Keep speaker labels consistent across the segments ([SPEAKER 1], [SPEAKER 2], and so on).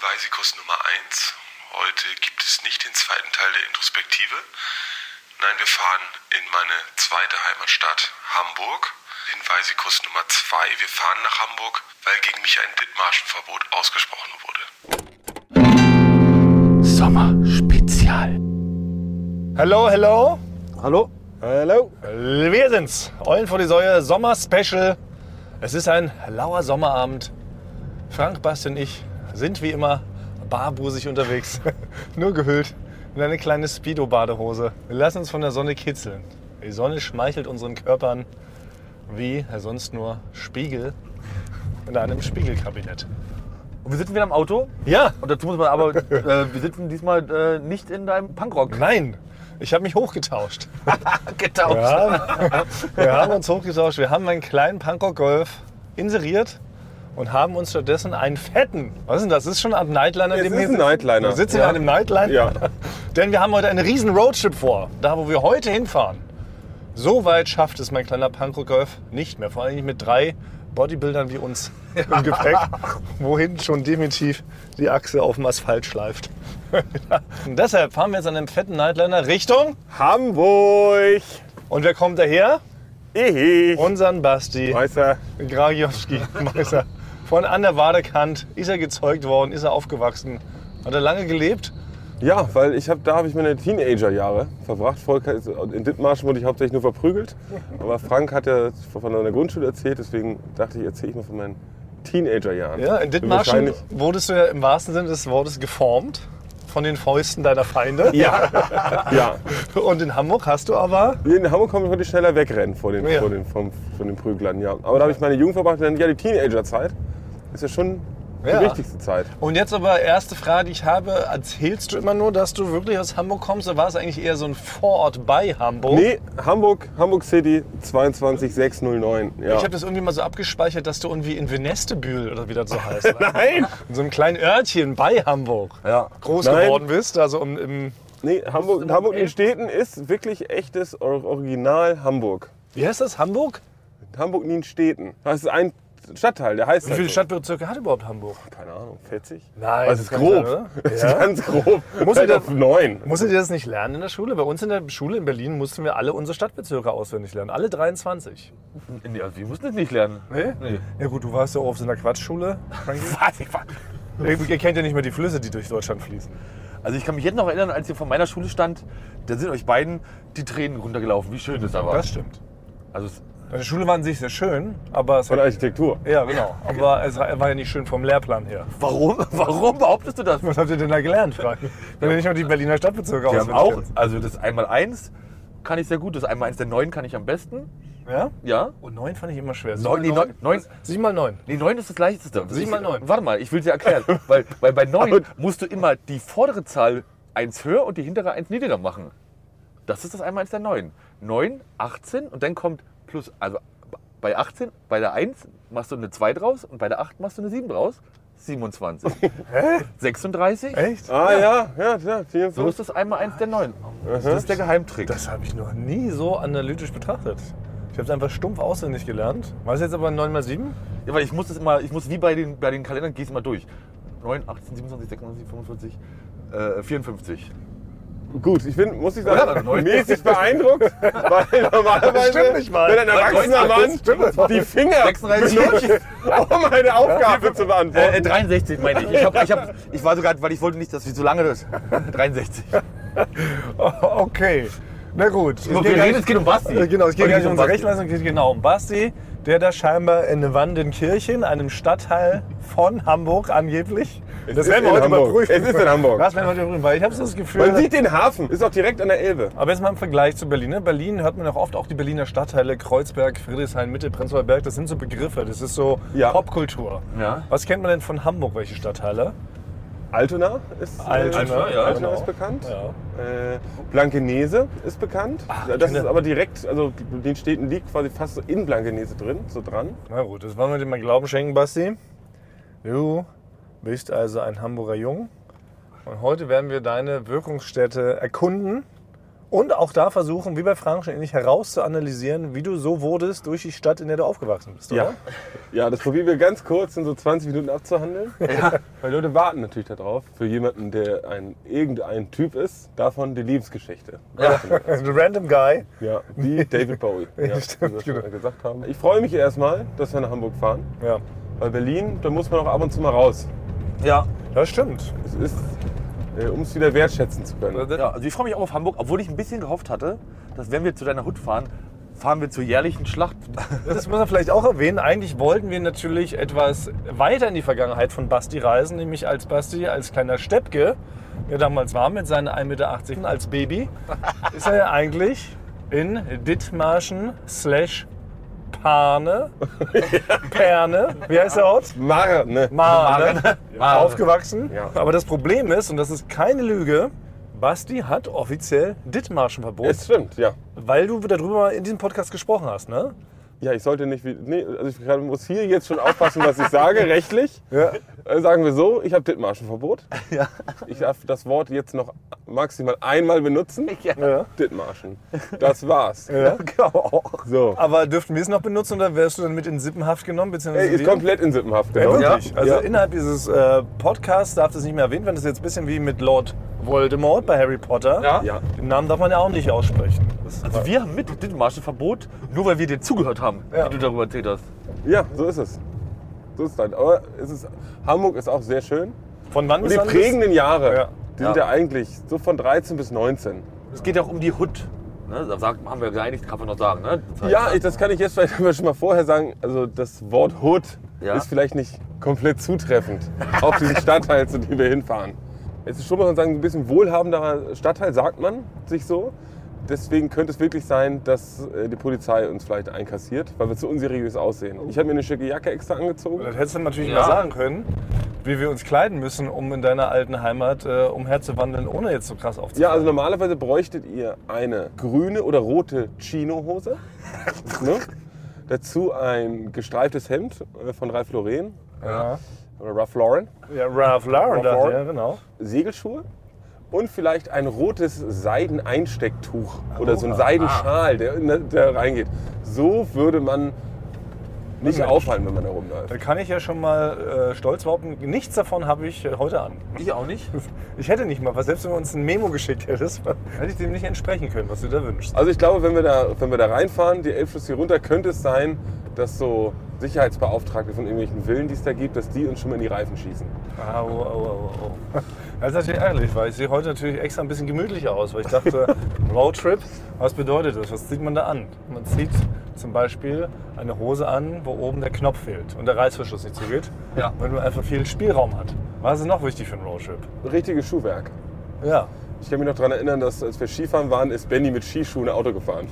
[SPEAKER 1] Weisikus Nummer 1. Heute gibt es nicht den zweiten Teil der Introspektive. Nein, wir fahren in meine zweite Heimatstadt Hamburg. Den Weisikus Nummer 2. Wir fahren nach Hamburg, weil gegen mich ein Dithmarschenverbot ausgesprochen wurde.
[SPEAKER 2] Sommerspezial.
[SPEAKER 3] Hallo, hallo.
[SPEAKER 4] Hallo?
[SPEAKER 3] Hallo. Wir sind's. Eulen vor die Säue, Sommer-Special. Es ist ein lauer Sommerabend. Frank, Basti und ich sind wie immer barbusig unterwegs. Nur gehüllt in eine kleine Speedo-Badehose. Wir lassen uns von der Sonne kitzeln. Die Sonne schmeichelt unseren Körpern wie sonst nur Spiegel in einem Spiegelkabinett.
[SPEAKER 4] Und wir sitzen wieder im Auto.
[SPEAKER 3] Ja,
[SPEAKER 4] Und dazu muss man aber, äh, wir sitzen diesmal äh, nicht in deinem Punkrock
[SPEAKER 3] nein, ich habe mich hochgetauscht.
[SPEAKER 4] getauscht.
[SPEAKER 3] Ja, wir haben uns hochgetauscht. Wir haben einen kleinen Punkrock Golf inseriert und haben uns stattdessen einen fetten. Was ist denn das? Das ist schon eine Art Nightliner.
[SPEAKER 5] Es
[SPEAKER 3] den
[SPEAKER 5] ist
[SPEAKER 3] wir-
[SPEAKER 5] ein Nightliner.
[SPEAKER 3] Wir sitzen in einem Nightliner.
[SPEAKER 5] Ja.
[SPEAKER 3] Denn wir haben heute einen riesen Roadtrip vor. Da, wo wir heute hinfahren. So weit schafft es mein kleiner Punkrock Golf nicht mehr. Vor allem nicht mit drei Bodybuildern wie uns im Gepäck. Wohin schon definitiv die Achse auf dem Asphalt schleift. und deshalb fahren wir jetzt an einem fetten Nightliner Richtung.
[SPEAKER 5] Hamburg!
[SPEAKER 3] Und wer kommt daher?
[SPEAKER 5] Ich.
[SPEAKER 3] Unseren Basti.
[SPEAKER 5] Meister.
[SPEAKER 3] Gragiowski, Meister. Von an der Wadekant ist er gezeugt worden, ist er aufgewachsen. Hat er lange gelebt?
[SPEAKER 5] Ja, weil ich hab, da habe ich meine Teenager-Jahre verbracht. Volker ist- In Dithmarschen wurde ich hauptsächlich nur verprügelt. Aber Frank hat ja von seiner Grundschule erzählt, deswegen dachte ich, erzähle ich mal von meinen Teenager-Jahren.
[SPEAKER 3] Ja, in
[SPEAKER 5] Bin
[SPEAKER 3] Dithmarschen
[SPEAKER 5] wahrscheinlich-
[SPEAKER 3] wurdest du ja im wahrsten Sinne des Wortes geformt von den Fäusten deiner Feinde.
[SPEAKER 5] Ja. ja.
[SPEAKER 3] Und in Hamburg hast du aber.
[SPEAKER 5] In Hamburg konnte ich schneller wegrennen vor den,
[SPEAKER 3] Ja.
[SPEAKER 5] vor den, vom, von den Prüglern. Ja. Aber da habe ich meine Jugend verbracht und dann ja die Teenager-Zeit. Ist ja schon
[SPEAKER 3] Ja.
[SPEAKER 5] die wichtigste Zeit.
[SPEAKER 3] Und jetzt aber erste Frage, die ich habe. Erzählst du immer nur, dass du wirklich aus Hamburg kommst? Oder war es eigentlich eher so ein Vorort bei Hamburg?
[SPEAKER 5] Nee, Hamburg, Hamburg City 22609. Ja.
[SPEAKER 3] Ich habe das irgendwie mal so abgespeichert, dass du irgendwie in Venestebühl oder wie das so heißt.
[SPEAKER 5] Nein!
[SPEAKER 3] In so einem kleinen Örtchen bei Hamburg
[SPEAKER 5] Ja.
[SPEAKER 3] groß
[SPEAKER 5] Nein.
[SPEAKER 3] geworden bist. Also im, im
[SPEAKER 5] Nee, Hamburg, Hamburg in den Städten ist wirklich echtes Or- Original Hamburg.
[SPEAKER 3] Wie heißt das? Hamburg?
[SPEAKER 5] Hamburg in den Städten. Das ist ein Stadtteil, der heißt
[SPEAKER 3] Wie viele
[SPEAKER 5] halt so.
[SPEAKER 3] Stadtbezirke hat überhaupt Hamburg?
[SPEAKER 5] Keine Ahnung, 40?
[SPEAKER 3] Nein,
[SPEAKER 5] das
[SPEAKER 3] das
[SPEAKER 5] ist
[SPEAKER 3] kann
[SPEAKER 5] grob.
[SPEAKER 3] sein, oder?
[SPEAKER 5] Das ist
[SPEAKER 3] Ja.
[SPEAKER 5] ganz grob.
[SPEAKER 3] Muss ich
[SPEAKER 5] Halt
[SPEAKER 3] da-
[SPEAKER 5] auf 9.
[SPEAKER 3] Musstet ihr das nicht lernen in der Schule? Bei uns in der Schule in Berlin mussten wir alle unsere Stadtbezirke auswendig lernen. Alle 23.
[SPEAKER 4] Nee, also wir mussten das nicht lernen. Nee.
[SPEAKER 3] Ja gut, du warst ja auch auf so einer Quatschschule.
[SPEAKER 4] Was? Ich war-
[SPEAKER 3] ihr, ihr kennt ja nicht mehr die Flüsse, die durch Deutschland fließen.
[SPEAKER 4] Also ich kann mich jetzt noch erinnern, als ihr vor meiner Schule stand, da sind euch beiden die Tränen runtergelaufen. Wie schön das aber.
[SPEAKER 3] Das stimmt.
[SPEAKER 4] Also es-
[SPEAKER 3] Die Schule war an sich sehr schön, aber es
[SPEAKER 5] Von
[SPEAKER 3] war,
[SPEAKER 5] Architektur.
[SPEAKER 3] ja, genau. aber es war war ja nicht schön vom Lehrplan her.
[SPEAKER 4] warum, warum behauptest du das?
[SPEAKER 3] Was habt ihr denn da gelernt, Frank? Wenn ihr nicht mal die Berliner Stadtbezirke
[SPEAKER 4] Wir haben
[SPEAKER 3] auswendig
[SPEAKER 4] auch, also das 1x1 kann ich sehr gut, das 1x1 der 9 kann ich am besten.
[SPEAKER 3] kennt. Ja?
[SPEAKER 4] Ja.
[SPEAKER 3] Und Oh, neun fand ich immer schwer.
[SPEAKER 4] Neun- nee, neun- neun-
[SPEAKER 3] 7 mal 9.
[SPEAKER 4] Nee, 9 ist das leichteste.
[SPEAKER 3] Sieh
[SPEAKER 4] Ich-
[SPEAKER 3] mal neun.
[SPEAKER 4] Warte mal, ich will dir erklären. weil, weil bei 9 musst du immer die vordere Zahl 1 höher und die hintere 1 niedriger machen. Das ist das einmal 1 der 9. 9, 18 und dann kommt plus, also bei 18, bei der 1 machst du eine 2 draus und bei der 8 machst du eine 7 draus. 27. 36.
[SPEAKER 3] Echt?
[SPEAKER 5] Ah ja, ja, ja. ja
[SPEAKER 4] So ist das einmal 1 der 9. Das ist der Geheimtrick.
[SPEAKER 3] Das habe ich noch nie so analytisch betrachtet. Ich habe es einfach stumpf auswendig gelernt. War es jetzt aber 9 mal 7?
[SPEAKER 4] Ja, weil ich muss das immer, ich muss wie bei den, bei den Kalendern, gehe ich immer durch. 9, 18, 27, 26, 45, äh, 54.
[SPEAKER 5] Gut, ich bin,
[SPEAKER 3] Oh
[SPEAKER 5] muss ich
[SPEAKER 4] Oder?
[SPEAKER 5] sagen,
[SPEAKER 4] Neun.
[SPEAKER 5] mäßig beeindruckt, weil
[SPEAKER 3] Das
[SPEAKER 5] normalerweise,
[SPEAKER 3] stimmt nicht mal.
[SPEAKER 5] wenn ein erwachsener Mann die Finger
[SPEAKER 4] 36.
[SPEAKER 5] benutzt, um eine Aufgabe zu
[SPEAKER 4] Äh, äh,
[SPEAKER 5] beantworten.
[SPEAKER 4] 63 meine ich. Ich, hab, ich, hab, ich war sogar, weil ich wollte nicht, dass wir so lange das. 63.
[SPEAKER 3] Okay. Na gut. Es
[SPEAKER 4] wir
[SPEAKER 3] geht
[SPEAKER 4] reden,
[SPEAKER 3] gar nicht-
[SPEAKER 4] es geht um Basti.
[SPEAKER 3] Äh, Genau, es geht
[SPEAKER 4] Und
[SPEAKER 3] gar
[SPEAKER 4] nicht
[SPEAKER 3] nicht
[SPEAKER 4] um
[SPEAKER 3] um unsere
[SPEAKER 4] Basti.
[SPEAKER 3] Rechtsleistung, es geht genau um Basti, der da scheinbar in Wandenkirchen, einem Stadtteil von Hamburg angeblich.
[SPEAKER 5] ist in Hamburg. Es ist in Hamburg.
[SPEAKER 3] Das werden wir heute überprüfen, weil ich habe so das Gefühl.
[SPEAKER 5] Man sieht den Hafen, ist auch direkt an der Elbe.
[SPEAKER 3] Aber jetzt mal im Vergleich zu Berlin. ne? Berlin hört man auch oft auch die Berliner Stadtteile, Kreuzberg, Friedrichshain, Mitte, Prenzlauer Berg. Das sind so Begriffe, das ist so
[SPEAKER 5] Ja.
[SPEAKER 3] Popkultur.
[SPEAKER 4] Ja.
[SPEAKER 3] Was kennt man denn von Hamburg, welche Stadtteile?
[SPEAKER 5] Altona ist, äh,
[SPEAKER 3] Altona, ja,
[SPEAKER 5] Altona
[SPEAKER 3] genau.
[SPEAKER 5] ist bekannt.
[SPEAKER 3] Ja.
[SPEAKER 5] Äh, Blankenese ist bekannt. das
[SPEAKER 3] kenne-
[SPEAKER 5] ist aber direkt, also den Städten liegt quasi fast so in Blankenese drin, so dran.
[SPEAKER 3] Na gut, das wollen wir dir mal Glauben schenken, Basti. Du bist also ein Hamburger Jung. Und heute werden wir deine Wirkungsstätte erkunden Und auch da versuchen, wie bei Frank schon ähnlich, herauszuanalysieren, wie du so wurdest durch die Stadt, in der du aufgewachsen bist, oder?
[SPEAKER 5] Ja. ja, das probieren wir ganz kurz in so 20 Minuten abzuhandeln. Weil Leute warten natürlich darauf. Für jemanden, der ein, irgendein Typ ist, davon die Lebensgeschichte.
[SPEAKER 3] Ja. Ein random Guy.
[SPEAKER 5] Ja, wie David Bowie. Ja,
[SPEAKER 3] Stimmt,
[SPEAKER 5] wie wir
[SPEAKER 3] genau.
[SPEAKER 5] schon gesagt haben. Ich freue mich erstmal, dass wir nach Hamburg fahren.
[SPEAKER 3] Ja.
[SPEAKER 5] Weil Berlin, da muss man auch ab und zu mal raus.
[SPEAKER 4] Ja.
[SPEAKER 3] Das stimmt.
[SPEAKER 5] Es ist, äh, um es wieder wertschätzen zu können.
[SPEAKER 4] ja. Also ich freue mich auch auf Hamburg, obwohl ich ein bisschen gehofft hatte, dass wenn wir zu deiner Hut fahren, fahren wir zur jährlichen Schlacht.
[SPEAKER 3] Das muss man vielleicht auch erwähnen. Eigentlich wollten wir natürlich etwas weiter in die Vergangenheit von Basti reisen, nämlich als Basti, als kleiner Steppke, der damals war mit seinen 1,80 Meter als Baby, ist er ja eigentlich in Dithmarschen slash Pane, Perne, wie heißt der Ort?
[SPEAKER 5] Mare, ne?
[SPEAKER 3] Maren
[SPEAKER 4] Maren.
[SPEAKER 3] aufgewachsen.
[SPEAKER 5] Ja.
[SPEAKER 3] Aber das Problem ist, und das ist keine Lüge, Basti hat offiziell Dithmarschenverbot,
[SPEAKER 5] Es stimmt, ja.
[SPEAKER 3] weil du darüber mal in diesem Podcast gesprochen hast, ne?
[SPEAKER 5] Ja, ich sollte nicht. wie- Nee, also ich gerade muss hier jetzt schon aufpassen, was ich sage, rechtlich. Äh, sagen wir so, ich habe Dithmarschenverbot. Ich darf das Wort jetzt noch maximal einmal benutzen.
[SPEAKER 3] Ja.
[SPEAKER 5] Dithmarschen. Das war's.
[SPEAKER 3] Ja.
[SPEAKER 5] So.
[SPEAKER 3] Aber dürften wir es noch benutzen oder wärst du dann mit in Sippenhaft genommen? Beziehungsweise
[SPEAKER 5] Ey, ist
[SPEAKER 3] wir?
[SPEAKER 5] komplett in Sippenhaft
[SPEAKER 3] ja,
[SPEAKER 5] genommen.
[SPEAKER 3] wirklich. Also
[SPEAKER 5] Ja.
[SPEAKER 3] innerhalb dieses äh, Podcasts darf das nicht mehr erwähnt werden. Das ist jetzt ein bisschen wie mit Lord Voldemort bei Harry Potter.
[SPEAKER 4] Ja.
[SPEAKER 5] Ja.
[SPEAKER 3] Den Namen darf man ja auch nicht aussprechen.
[SPEAKER 4] Also wir haben mit Dithmarschenverbot, nur weil wir dir zugehört haben,
[SPEAKER 3] Ja.
[SPEAKER 4] wie du darüber erzählt hast.
[SPEAKER 5] ja, so ist es. So ist es dann. Aber es ist, Hamburg ist auch sehr schön.
[SPEAKER 3] Von wann
[SPEAKER 5] Und
[SPEAKER 3] bis
[SPEAKER 5] die
[SPEAKER 3] wann ist-
[SPEAKER 5] prägenden Jahre,
[SPEAKER 3] Ja.
[SPEAKER 5] die sind
[SPEAKER 4] Ja.
[SPEAKER 5] ja eigentlich so von 13 bis 19.
[SPEAKER 4] Es geht ja auch um die Hut. Ne? Da sagt, haben wir geeinigt, kann man noch sagen. Ne? Das heißt,
[SPEAKER 5] Ja, ich, das kann ich jetzt vielleicht aber schon mal vorher sagen. Also das Wort Hood
[SPEAKER 4] Ja.
[SPEAKER 5] ist vielleicht nicht komplett zutreffend auf diesen Stadtteil, zu dem wir hinfahren. Es ist schon mal sagen, ein bisschen wohlhabenderer Stadtteil, sagt man sich so. Deswegen könnte es wirklich sein, dass äh, die Polizei uns vielleicht einkassiert, weil wir zu unseriös aussehen. Ich habe mir eine schicke Jacke extra angezogen.
[SPEAKER 3] Das hättest du natürlich
[SPEAKER 4] Ja.
[SPEAKER 3] mal sagen können, wie wir uns kleiden müssen, um in deiner alten Heimat äh, umherzuwandeln, ohne jetzt so krass aufzufallen.
[SPEAKER 5] Ja, also normalerweise bräuchtet ihr eine grüne oder rote Chino-Hose. ne? Dazu ein gestreiftes Hemd äh, von Ralph Lauren
[SPEAKER 3] Ja,
[SPEAKER 5] oder Ralph Lauren.
[SPEAKER 3] ja Ralph Lauren,
[SPEAKER 5] Ralph Lauren.
[SPEAKER 3] ja, genau.
[SPEAKER 5] Segelschuhe und vielleicht ein rotes Seideneinstecktuch oder so ein Seidenschal, der, in- der reingeht. So würde man nicht auffallen, wenn man da rumläuft.
[SPEAKER 3] Da kann ich ja schon mal äh, stolz behaupten, nichts davon habe ich äh, heute an.
[SPEAKER 4] Ich auch nicht.
[SPEAKER 3] Ich hätte nicht mal, was selbst wenn du uns ein Memo geschickt hättest, hätte ich dem nicht entsprechen können, was du da wünschst.
[SPEAKER 5] Also ich glaube, wenn wir da, wenn wir da reinfahren, die Elbschluss hier runter, könnte es sein, dass so Sicherheitsbeauftragte von irgendwelchen Villen, die es da gibt, dass die uns schon mal in die Reifen schießen.
[SPEAKER 3] Au, au, au, au. Das ist natürlich ärgerlich, weil ich sehe heute natürlich extra ein bisschen gemütlicher aus, weil ich dachte, Roadtrip, was bedeutet das? Was zieht man da an? Man zieht zum Beispiel eine Hose an, wo oben der Knopf fehlt und der Reißverschluss nicht zugeht,
[SPEAKER 4] Ja.
[SPEAKER 3] weil man einfach viel Spielraum hat. Was ist noch wichtig für einen Roadtrip?
[SPEAKER 5] Richtiges Schuhwerk.
[SPEAKER 3] Ja.
[SPEAKER 5] Ich kann mich noch daran erinnern, dass als wir Skifahren waren, ist Benny mit Skischuhen Auto gefahren.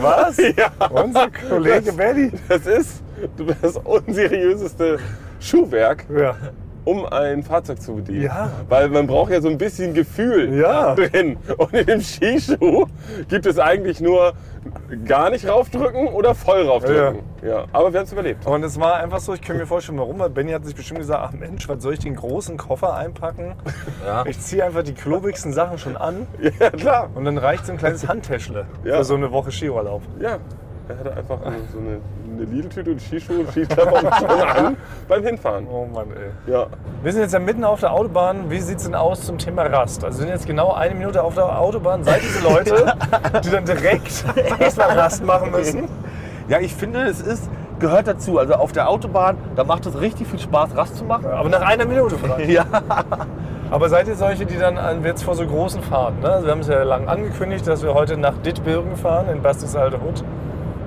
[SPEAKER 3] Was? Ja. Unser Kollege Benny.
[SPEAKER 5] Das ist das unseriöseste Schuhwerk,
[SPEAKER 3] Ja.
[SPEAKER 5] um ein Fahrzeug zu bedienen.
[SPEAKER 3] Ja.
[SPEAKER 5] Weil man braucht ja so ein bisschen Gefühl
[SPEAKER 3] Ja.
[SPEAKER 5] drin. Und in dem Skischuh gibt es eigentlich nur gar nicht raufdrücken oder voll raufdrücken. Ja. Aber wir haben es überlebt.
[SPEAKER 3] Und es war einfach so, ich kann mir vorstellen, warum, weil Benny hat sich bestimmt gesagt, ach Mensch, was soll ich den großen Koffer einpacken?
[SPEAKER 4] Ja.
[SPEAKER 3] Ich ziehe einfach die klobigsten Sachen schon an
[SPEAKER 5] Ja, klar.
[SPEAKER 3] und dann reicht so ein kleines Handtäschle
[SPEAKER 5] Ja.
[SPEAKER 3] für so eine Woche Skiurlaub.
[SPEAKER 5] Ja. Er hatte einfach eine- so eine, eine Lidl-Tüte und Skischuhe und Skiklamotten schon an beim Hinfahren.
[SPEAKER 3] Oh Mann, ey.
[SPEAKER 5] Ja.
[SPEAKER 3] Wir sind jetzt ja mitten auf der Autobahn. Wie sieht's denn aus zum Thema Rast? Also wir sind jetzt genau eine Minute auf der Autobahn. Seid diese Leute, die dann direkt erstmal Rast machen müssen?
[SPEAKER 4] ja, ich finde, es ist, gehört dazu. Also auf der Autobahn, da macht es richtig viel Spaß, Rast zu machen.
[SPEAKER 3] Aber nach einer Minute vielleicht.
[SPEAKER 4] Ja.
[SPEAKER 3] Aber seid ihr solche, die dann an- jetzt vor so großen Fahrten, ne? also wir haben es ja lang angekündigt, dass wir heute nach Dittbirgen fahren, in Bastis alte Hut.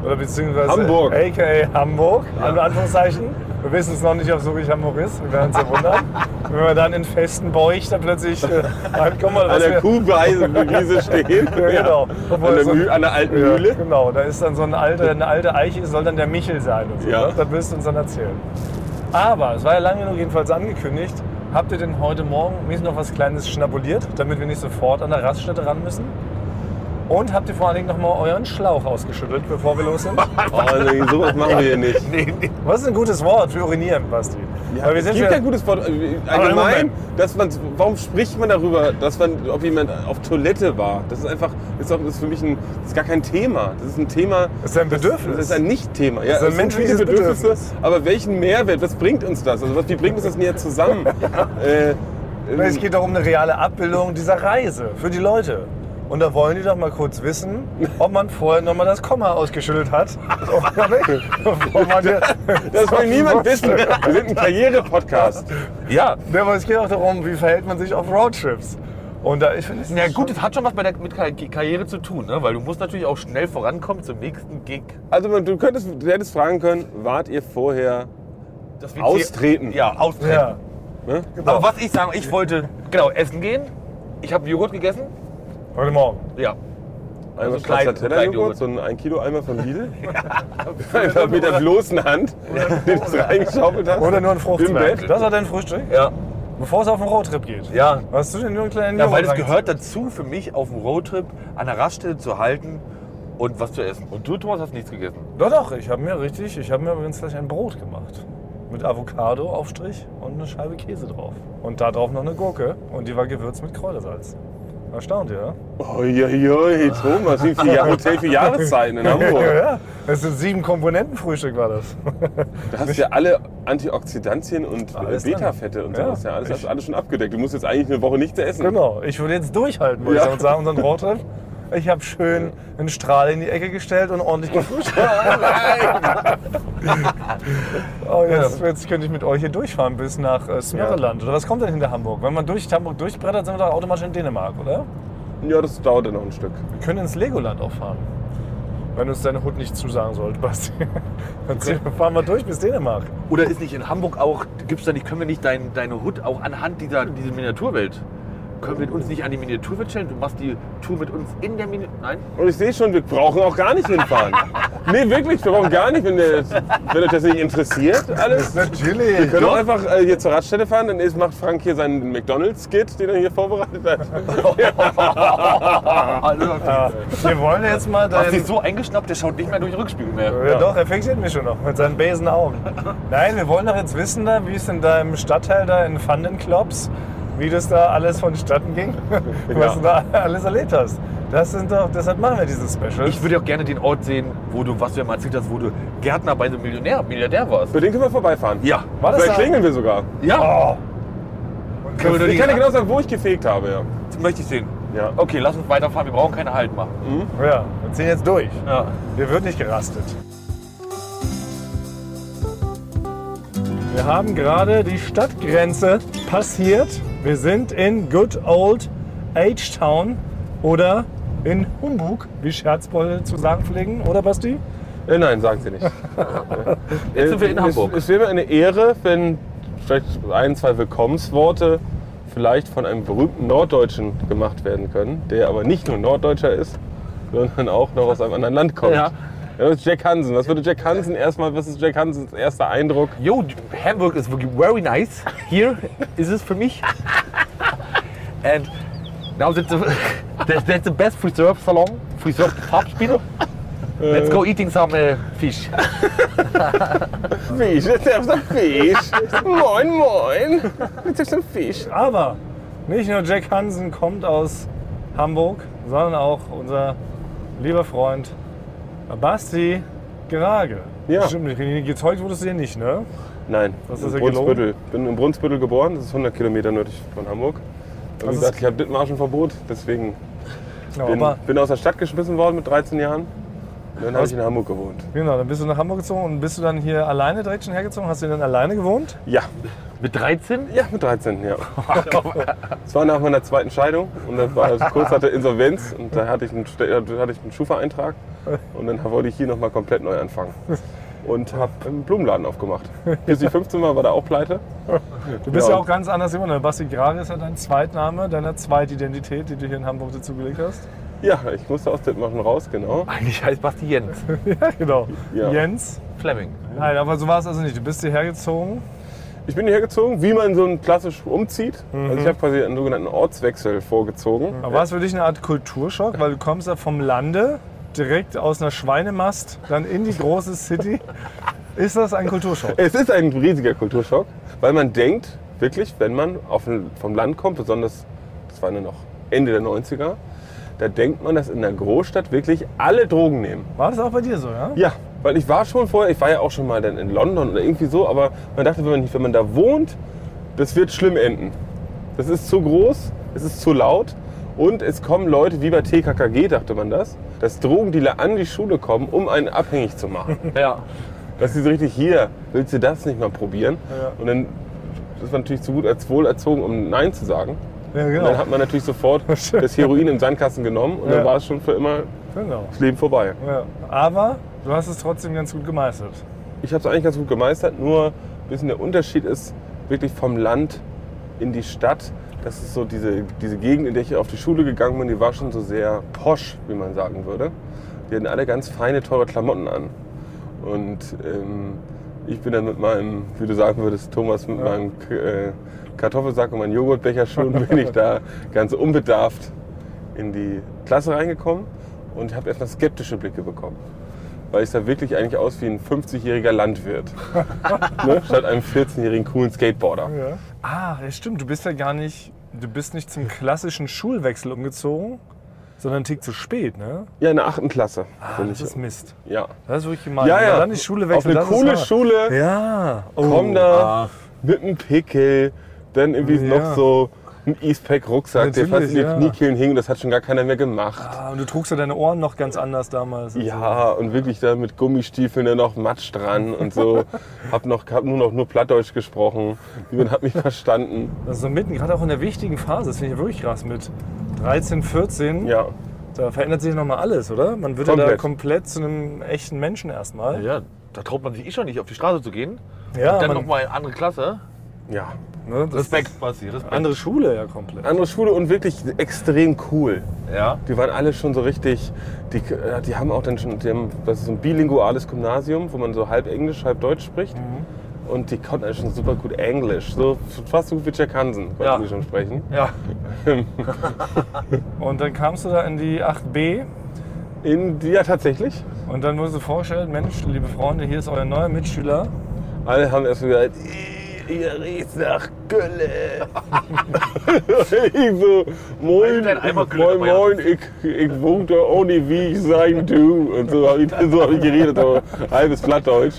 [SPEAKER 3] Oder beziehungsweise
[SPEAKER 5] Hamburg.
[SPEAKER 3] a.k.a. Hamburg, an Anführungszeichen. Wir wissen es noch nicht, ob es wirklich Hamburg ist. Wir werden uns ja wundern. Wenn wir dann in festen Bäuch da plötzlich äh, ankommen. Oder
[SPEAKER 5] An
[SPEAKER 3] was
[SPEAKER 5] der
[SPEAKER 3] wir,
[SPEAKER 5] Kuhwiese stehen.
[SPEAKER 3] ja, genau.
[SPEAKER 5] An der, Mühl, an der alten
[SPEAKER 3] ja,
[SPEAKER 5] Mühle.
[SPEAKER 3] Genau, da ist dann so ein alter, eine alte Eiche, soll dann der Michel sein. Und so,
[SPEAKER 5] Ja.
[SPEAKER 3] ne? Das wirst du uns dann erzählen. Aber es war ja lange genug jedenfalls angekündigt. Habt ihr denn heute Morgen, mir ist noch was Kleines schnabuliert, damit wir nicht sofort an der Raststätte ran müssen? Und habt ihr vor allen Dingen nochmal euren Schlauch ausgeschüttelt, bevor wir los sind?
[SPEAKER 5] Oh, nee, sowas machen wir hier nicht.
[SPEAKER 3] Was ist ein gutes Wort für urinieren, Basti?
[SPEAKER 5] Ja,
[SPEAKER 3] wir
[SPEAKER 5] es
[SPEAKER 3] sind
[SPEAKER 5] gibt
[SPEAKER 3] ja-
[SPEAKER 5] kein gutes Wort. äh,
[SPEAKER 3] einen
[SPEAKER 5] Allgemein, dass man, warum spricht man darüber, dass man, ob jemand auf Toilette war? Das ist einfach, ist auch, ist für mich ein, ist gar kein Thema. Das ist ein Thema.
[SPEAKER 3] Das ist ein Bedürfnis.
[SPEAKER 5] Das ist ein Nicht-Thema. Ja,
[SPEAKER 3] Das ist ein
[SPEAKER 5] es sind
[SPEAKER 3] menschliches
[SPEAKER 5] viele
[SPEAKER 3] Bedürfnis.
[SPEAKER 5] Aber welchen Mehrwert? Was bringt uns das? Also, was, wie bringt uns das näher zusammen? äh,
[SPEAKER 3] Weil Es geht doch um eine reale Abbildung dieser Reise für die Leute. Und da wollen die doch mal kurz wissen, ob man vorher nochmal das Komma ausgeschüttelt hat. Oder nicht. Bevor man hier-
[SPEAKER 5] das will niemand wissen. Wir sind ein Karriere-Podcast.
[SPEAKER 4] Ja,
[SPEAKER 3] Ja, aber es geht auch darum, wie verhält man sich auf Roadtrips. Und da, ich finde es
[SPEAKER 4] na gut, das hat schon was mit, der, mit Kar- Karriere zu tun, ne? weil du musst natürlich auch schnell vorankommen zum nächsten Gig.
[SPEAKER 5] Also, man- du könntest, du hättest fragen können, wart ihr vorher
[SPEAKER 4] Das wird
[SPEAKER 5] austreten?
[SPEAKER 4] Ja, genau. austreten.
[SPEAKER 3] Ja.
[SPEAKER 5] Ne?
[SPEAKER 4] Aber was ich sagen, ich wollte genau essen gehen. Ich habe einen Joghurt gegessen.
[SPEAKER 3] Heute Morgen.
[SPEAKER 4] Ja.
[SPEAKER 5] Einmal
[SPEAKER 4] Also klein- Kleinjoghurt.
[SPEAKER 5] Stracciatella-Joghurt, so ein 1 Kilo Eimer von Lidl. Einfach mit der bloßen Hand, den du reingeschaufelt hast.
[SPEAKER 3] Oder nur ein
[SPEAKER 5] Im
[SPEAKER 3] Fruchtsnack.
[SPEAKER 5] Bett.
[SPEAKER 3] Das war dein Frühstück,
[SPEAKER 4] Ja.
[SPEAKER 3] bevor es auf den Roadtrip geht.
[SPEAKER 4] Ja.
[SPEAKER 3] Hast du denn nur einen kleinen
[SPEAKER 4] Ja, weil es
[SPEAKER 3] Joghurt
[SPEAKER 4] gehört dazu für mich, auf dem Roadtrip an der Raststätte zu halten und was zu essen. Und du, Thomas, hast nichts gegessen.
[SPEAKER 3] Doch, doch, ich habe mir richtig, ich habe mir übrigens gleich ein Brot gemacht. Mit Avocado-Aufstrich und eine Scheibe Käse drauf. Und da drauf noch eine Gurke und die war gewürzt mit Kräutersalz. Erstaunt, ja?
[SPEAKER 5] Uiuiui, Thomas, wie viel Jahr Hotel für Jahreszeiten in
[SPEAKER 3] Ja,
[SPEAKER 5] Hamburg.
[SPEAKER 3] ja. Das ist ein sieben Komponenten-Frühstück war das.
[SPEAKER 5] Da hast du ja alle Antioxidantien und äh,
[SPEAKER 3] Alles drin.
[SPEAKER 5] Beta-Fette und so.
[SPEAKER 3] Ja.
[SPEAKER 5] Ja. Ja alles, hast du alles schon abgedeckt. Du musst jetzt eigentlich eine Woche nichts essen.
[SPEAKER 3] Genau. Ich würde jetzt durchhalten, würde
[SPEAKER 5] Ja.
[SPEAKER 3] ich sagen, unseren Roadtrip. Ich habe schön einen Strahl in die Ecke gestellt und ordentlich gefrühstückt. oh, jetzt, jetzt könnte ich mit euch hier durchfahren bis nach äh, Smörreland. Oder was kommt denn hinter Hamburg? Wenn man durch Hamburg durchbrettert, sind wir doch automatisch in Dänemark, oder?
[SPEAKER 5] Ja, das dauert dann noch ein Stück.
[SPEAKER 3] Wir können ins Legoland auch fahren. Wenn uns deine Hut nicht zusagen sollte, Basti. Dann ziehen wir- fahren wir durch bis Dänemark.
[SPEAKER 4] Oder ist nicht in Hamburg auch, gibt's da nicht, können wir nicht dein, deine Hut auch anhand dieser, dieser Miniaturwelt, können wir uns nicht an die Miniaturwelt stellen? Du machst die Tour mit uns in der Miniatur. Nein?
[SPEAKER 5] Und ich sehe schon, wir brauchen auch gar nicht hinfahren. nee, wirklich, wir brauchen gar nicht, wenn, ihr- wenn euch das nicht interessiert. Alles.
[SPEAKER 3] Natürlich.
[SPEAKER 5] Wir können auch einfach äh, hier zur Raststätte fahren, dann ist, macht Frank hier seinen McDonalds-Skit, den er hier vorbereitet hat.
[SPEAKER 3] Ah.
[SPEAKER 4] Ah,
[SPEAKER 3] Wir wollen jetzt mal
[SPEAKER 4] also, Hast
[SPEAKER 3] dein,
[SPEAKER 4] dich so eingeschnappt, der schaut nicht mehr durch den Rückspiegel mehr.
[SPEAKER 3] Ja, doch, er fixiert mich schon noch mit seinen besen Augen. Nein, wir wollen doch jetzt wissen, da, wie es in deinem Stadtteil da in Vandenklops, wie das da alles vonstatten ging, was du da alles erlebt hast. Das sind doch, deshalb machen wir dieses Special.
[SPEAKER 4] Ich würde auch gerne den Ort sehen, wo du, was du ja mal erzählt hast, wo du Gärtner bei einem Millionär, Milliardär warst.
[SPEAKER 5] Für den können wir vorbeifahren.
[SPEAKER 4] Ja.
[SPEAKER 3] War das
[SPEAKER 5] Vielleicht
[SPEAKER 3] da?
[SPEAKER 5] klingeln wir sogar.
[SPEAKER 4] Ja.
[SPEAKER 3] Oh,
[SPEAKER 4] Können wir doch
[SPEAKER 5] Ich kann dir
[SPEAKER 4] nicht-
[SPEAKER 5] genau sagen, wo ich gefegt habe. Ja.
[SPEAKER 4] Das möchte ich sehen.
[SPEAKER 5] Ja.
[SPEAKER 4] Okay, lass uns weiterfahren. Wir brauchen keine Halt machen.
[SPEAKER 3] ja, wir ziehen jetzt durch.
[SPEAKER 4] Ja.
[SPEAKER 3] Hier wird nicht gerastet. Wir haben gerade die Stadtgrenze passiert. Wir sind in Good Old H-Town oder in Humbug, wie Scherzbolle zu sagen pflegen, oder Basti?
[SPEAKER 5] Äh, nein, sagen Sie nicht. Jetzt
[SPEAKER 4] sind wir in Hamburg.
[SPEAKER 5] Äh, Es, es wäre mir eine Ehre, wenn vielleicht ein, zwei Willkommensworte vielleicht von einem berühmten Norddeutschen gemacht werden können, der aber nicht nur Norddeutscher ist, sondern auch noch aus einem anderen Land kommt.
[SPEAKER 4] Ja.
[SPEAKER 5] Ja, das ist Jack Hansen. Was würde Jack Hansen erstmal, was ist Jack Hansens erster Eindruck?
[SPEAKER 4] Jo, Hamburg ist wirklich very nice. Hier ist es für mich. And now that's the, that's, that's the best preserve salon, preserve Farbspiel. Let's go eating some äh, fish.
[SPEAKER 5] Fisch, jetzt darfst du Fisch. moin, moin. Jetzt darfst du Fisch.
[SPEAKER 3] Aber nicht nur Jack Hansen kommt aus Hamburg, sondern auch unser lieber Freund Basti Gerage.
[SPEAKER 5] Ja.
[SPEAKER 3] Stimmt, nicht. gezeugt wurdest du dir nicht, ne?
[SPEAKER 5] Nein,
[SPEAKER 3] Was
[SPEAKER 5] in
[SPEAKER 3] ist er
[SPEAKER 5] Brunsbüttel. Ich bin in Brunsbüttel geboren, das ist 100 Kilometer nördlich von Hamburg. Und wie
[SPEAKER 3] ist-
[SPEAKER 5] gesagt, ich habe Dithmarschenverbot, deswegen bin,
[SPEAKER 3] aber
[SPEAKER 5] bin aus der Stadt geschmissen worden mit 13 Jahren. Und dann habe
[SPEAKER 3] Was?
[SPEAKER 5] ich in Hamburg gewohnt.
[SPEAKER 3] Genau, dann bist du nach Hamburg gezogen und bist du dann hier alleine direkt schon hergezogen? Hast du dann alleine gewohnt?
[SPEAKER 5] Ja,
[SPEAKER 4] Mit 13?
[SPEAKER 5] ja, mit 13, ja. Es war nach meiner zweiten Scheidung und dann war ich kurz hatte Insolvenz und da hatte ich einen, Ste- da hatte ich einen Schufa-Eintrag und dann wollte ich hier nochmal komplett neu anfangen. Und habe einen Blumenladen aufgemacht. Bis ich 15 war, war da auch pleite.
[SPEAKER 3] Du bist ja,
[SPEAKER 5] Ja.
[SPEAKER 3] auch ganz anders immer. ne? Basti Grare ist ja dein Zweitname, deiner Zweitidentität, die du hier in Hamburg dazugelegt hast.
[SPEAKER 5] Ja, ich musste aus Dithmarschen raus, genau.
[SPEAKER 4] Eigentlich heißt Basti Jens.
[SPEAKER 3] Ja, genau.
[SPEAKER 5] Ja.
[SPEAKER 3] Jens.
[SPEAKER 4] Fleming.
[SPEAKER 3] Nein, aber so war es also nicht. Du bist hierher gezogen.
[SPEAKER 5] Ich bin hierher gezogen, wie man so einen klassisch umzieht. Also ich habe quasi einen sogenannten Ortswechsel vorgezogen.
[SPEAKER 3] Aber war es für dich eine Art Kulturschock, weil du kommst ja vom Lande direkt aus einer Schweinemast, dann in die große City. Ist das ein Kulturschock?
[SPEAKER 5] Es ist ein riesiger Kulturschock, weil man denkt, wirklich, wenn man auf, vom Land kommt, besonders, das war nur noch Ende der 90er, da denkt man, dass in der Großstadt wirklich alle Drogen nehmen.
[SPEAKER 3] War das auch bei dir so, ja?
[SPEAKER 5] Ja, weil ich war schon vorher, ich war ja auch schon mal dann in London oder irgendwie so, aber man dachte, wenn man, wenn man da wohnt, das wird schlimm enden. Das ist zu groß, es ist zu laut und es kommen Leute wie bei TKKG, dachte man das, dass Drogendealer an die Schule kommen, um einen abhängig zu machen.
[SPEAKER 4] Ja.
[SPEAKER 5] dass sie so richtig hier, willst du das nicht mal probieren?
[SPEAKER 3] Ja.
[SPEAKER 5] Und dann ist man natürlich zu gut als wohlerzogen, um Nein zu sagen.
[SPEAKER 3] Ja, genau.
[SPEAKER 5] Und dann hat man natürlich sofort das Heroin im Sandkasten genommen und
[SPEAKER 3] Ja.
[SPEAKER 5] dann war es schon für immer
[SPEAKER 3] Genau.
[SPEAKER 5] das Leben vorbei.
[SPEAKER 3] Ja. Aber du hast es trotzdem ganz gut gemeistert.
[SPEAKER 5] Ich habe es eigentlich ganz gut gemeistert, nur ein bisschen der Unterschied ist wirklich vom Land in die Stadt. Das ist so diese, diese Gegend, in der ich auf die Schule gegangen bin, die war schon so sehr posch, wie man sagen würde. Die hatten alle ganz feine, teure Klamotten an. Und ähm, ich bin dann mit meinem, wie du sagen würdest, Thomas, mit meinem K- äh, Kartoffelsack und meinen Joghurtbecherschuhen bin ich da ganz unbedarft in die Klasse reingekommen und habe erstmal skeptische Blicke bekommen. Weil ich sah wirklich eigentlich aus wie ein 50-jähriger Landwirt. ne? Statt einem 14-jährigen coolen Skateboarder.
[SPEAKER 3] Ja. Ah, ja, stimmt. Du bist ja gar nicht, du bist nicht zum klassischen Schulwechsel umgezogen, sondern einen Tick zu spät, ne?
[SPEAKER 5] Ja, in der achten Klasse.
[SPEAKER 3] Ah,
[SPEAKER 5] bin
[SPEAKER 3] das
[SPEAKER 5] ich.
[SPEAKER 3] ist Mist.
[SPEAKER 5] ja.
[SPEAKER 3] Das ist wirklich gemein.
[SPEAKER 5] Ja,
[SPEAKER 3] Wenn
[SPEAKER 5] ja.
[SPEAKER 3] man Dann die Schule
[SPEAKER 5] Auf
[SPEAKER 3] wechseln.
[SPEAKER 5] eine
[SPEAKER 3] das ist
[SPEAKER 5] coole
[SPEAKER 3] hart.
[SPEAKER 5] Schule,
[SPEAKER 3] Ja. Oh.
[SPEAKER 5] komm da mit einem Pickel, dann irgendwie
[SPEAKER 3] Ja.
[SPEAKER 5] noch so ein Eastpack-Rucksack, der fast in die
[SPEAKER 3] Natürlich, ja.
[SPEAKER 5] Kniekehlen hing. Das hat schon gar keiner mehr gemacht.
[SPEAKER 3] Ah, und du trugst ja deine Ohren noch ganz anders damals.
[SPEAKER 5] Ja, und wirklich da mit Gummistiefeln dann noch Matsch dran und so. hab, noch, hab nur noch nur Plattdeutsch gesprochen. Niemand hat mich verstanden.
[SPEAKER 3] Also mitten, gerade auch in der wichtigen Phase, das finde ich ja wirklich krass mit 13, 14.
[SPEAKER 5] Ja.
[SPEAKER 3] Da verändert sich nochmal alles, oder? Man wird ja da
[SPEAKER 5] Komplett.
[SPEAKER 3] komplett zu einem echten Menschen erstmal.
[SPEAKER 4] Ja, da traut man sich eh schon nicht, auf die Straße zu gehen.
[SPEAKER 3] Ja,
[SPEAKER 4] Dann
[SPEAKER 3] man-
[SPEAKER 4] nochmal in andere Klasse.
[SPEAKER 5] Ja.
[SPEAKER 3] Ne, das
[SPEAKER 4] Respekt, Basti,
[SPEAKER 3] ist
[SPEAKER 4] Respekt.
[SPEAKER 3] Andere Schule ja komplett.
[SPEAKER 5] Andere Schule und wirklich extrem cool.
[SPEAKER 4] Ja.
[SPEAKER 5] Die waren alle schon so richtig, die, äh, die haben auch dann schon, die haben, das ist so ein bilinguales Gymnasium, wo man so halb Englisch, halb Deutsch spricht. Und die konnten eigentlich schon super gut Englisch. So fast so gut wie Jack Hansen konnten
[SPEAKER 4] Ja.
[SPEAKER 5] die schon sprechen.
[SPEAKER 4] Ja.
[SPEAKER 3] Und dann kamst du da in die 8b
[SPEAKER 5] In, ja, tatsächlich.
[SPEAKER 3] und dann wurde sie vorgestellt, Mensch, liebe Freunde, hier ist euer neuer Mitschüler.
[SPEAKER 5] Alle haben erst gesagt, "Ih, ihr riecht nach Gülle. ich so, moin,
[SPEAKER 4] Dein Eimer Gülle
[SPEAKER 5] moin,
[SPEAKER 4] dabei
[SPEAKER 5] moin, ich, ich wohnte ohne wie ich sein tu. Und so habe ich, so hab ich geredet, so halbes Plattdeutsch.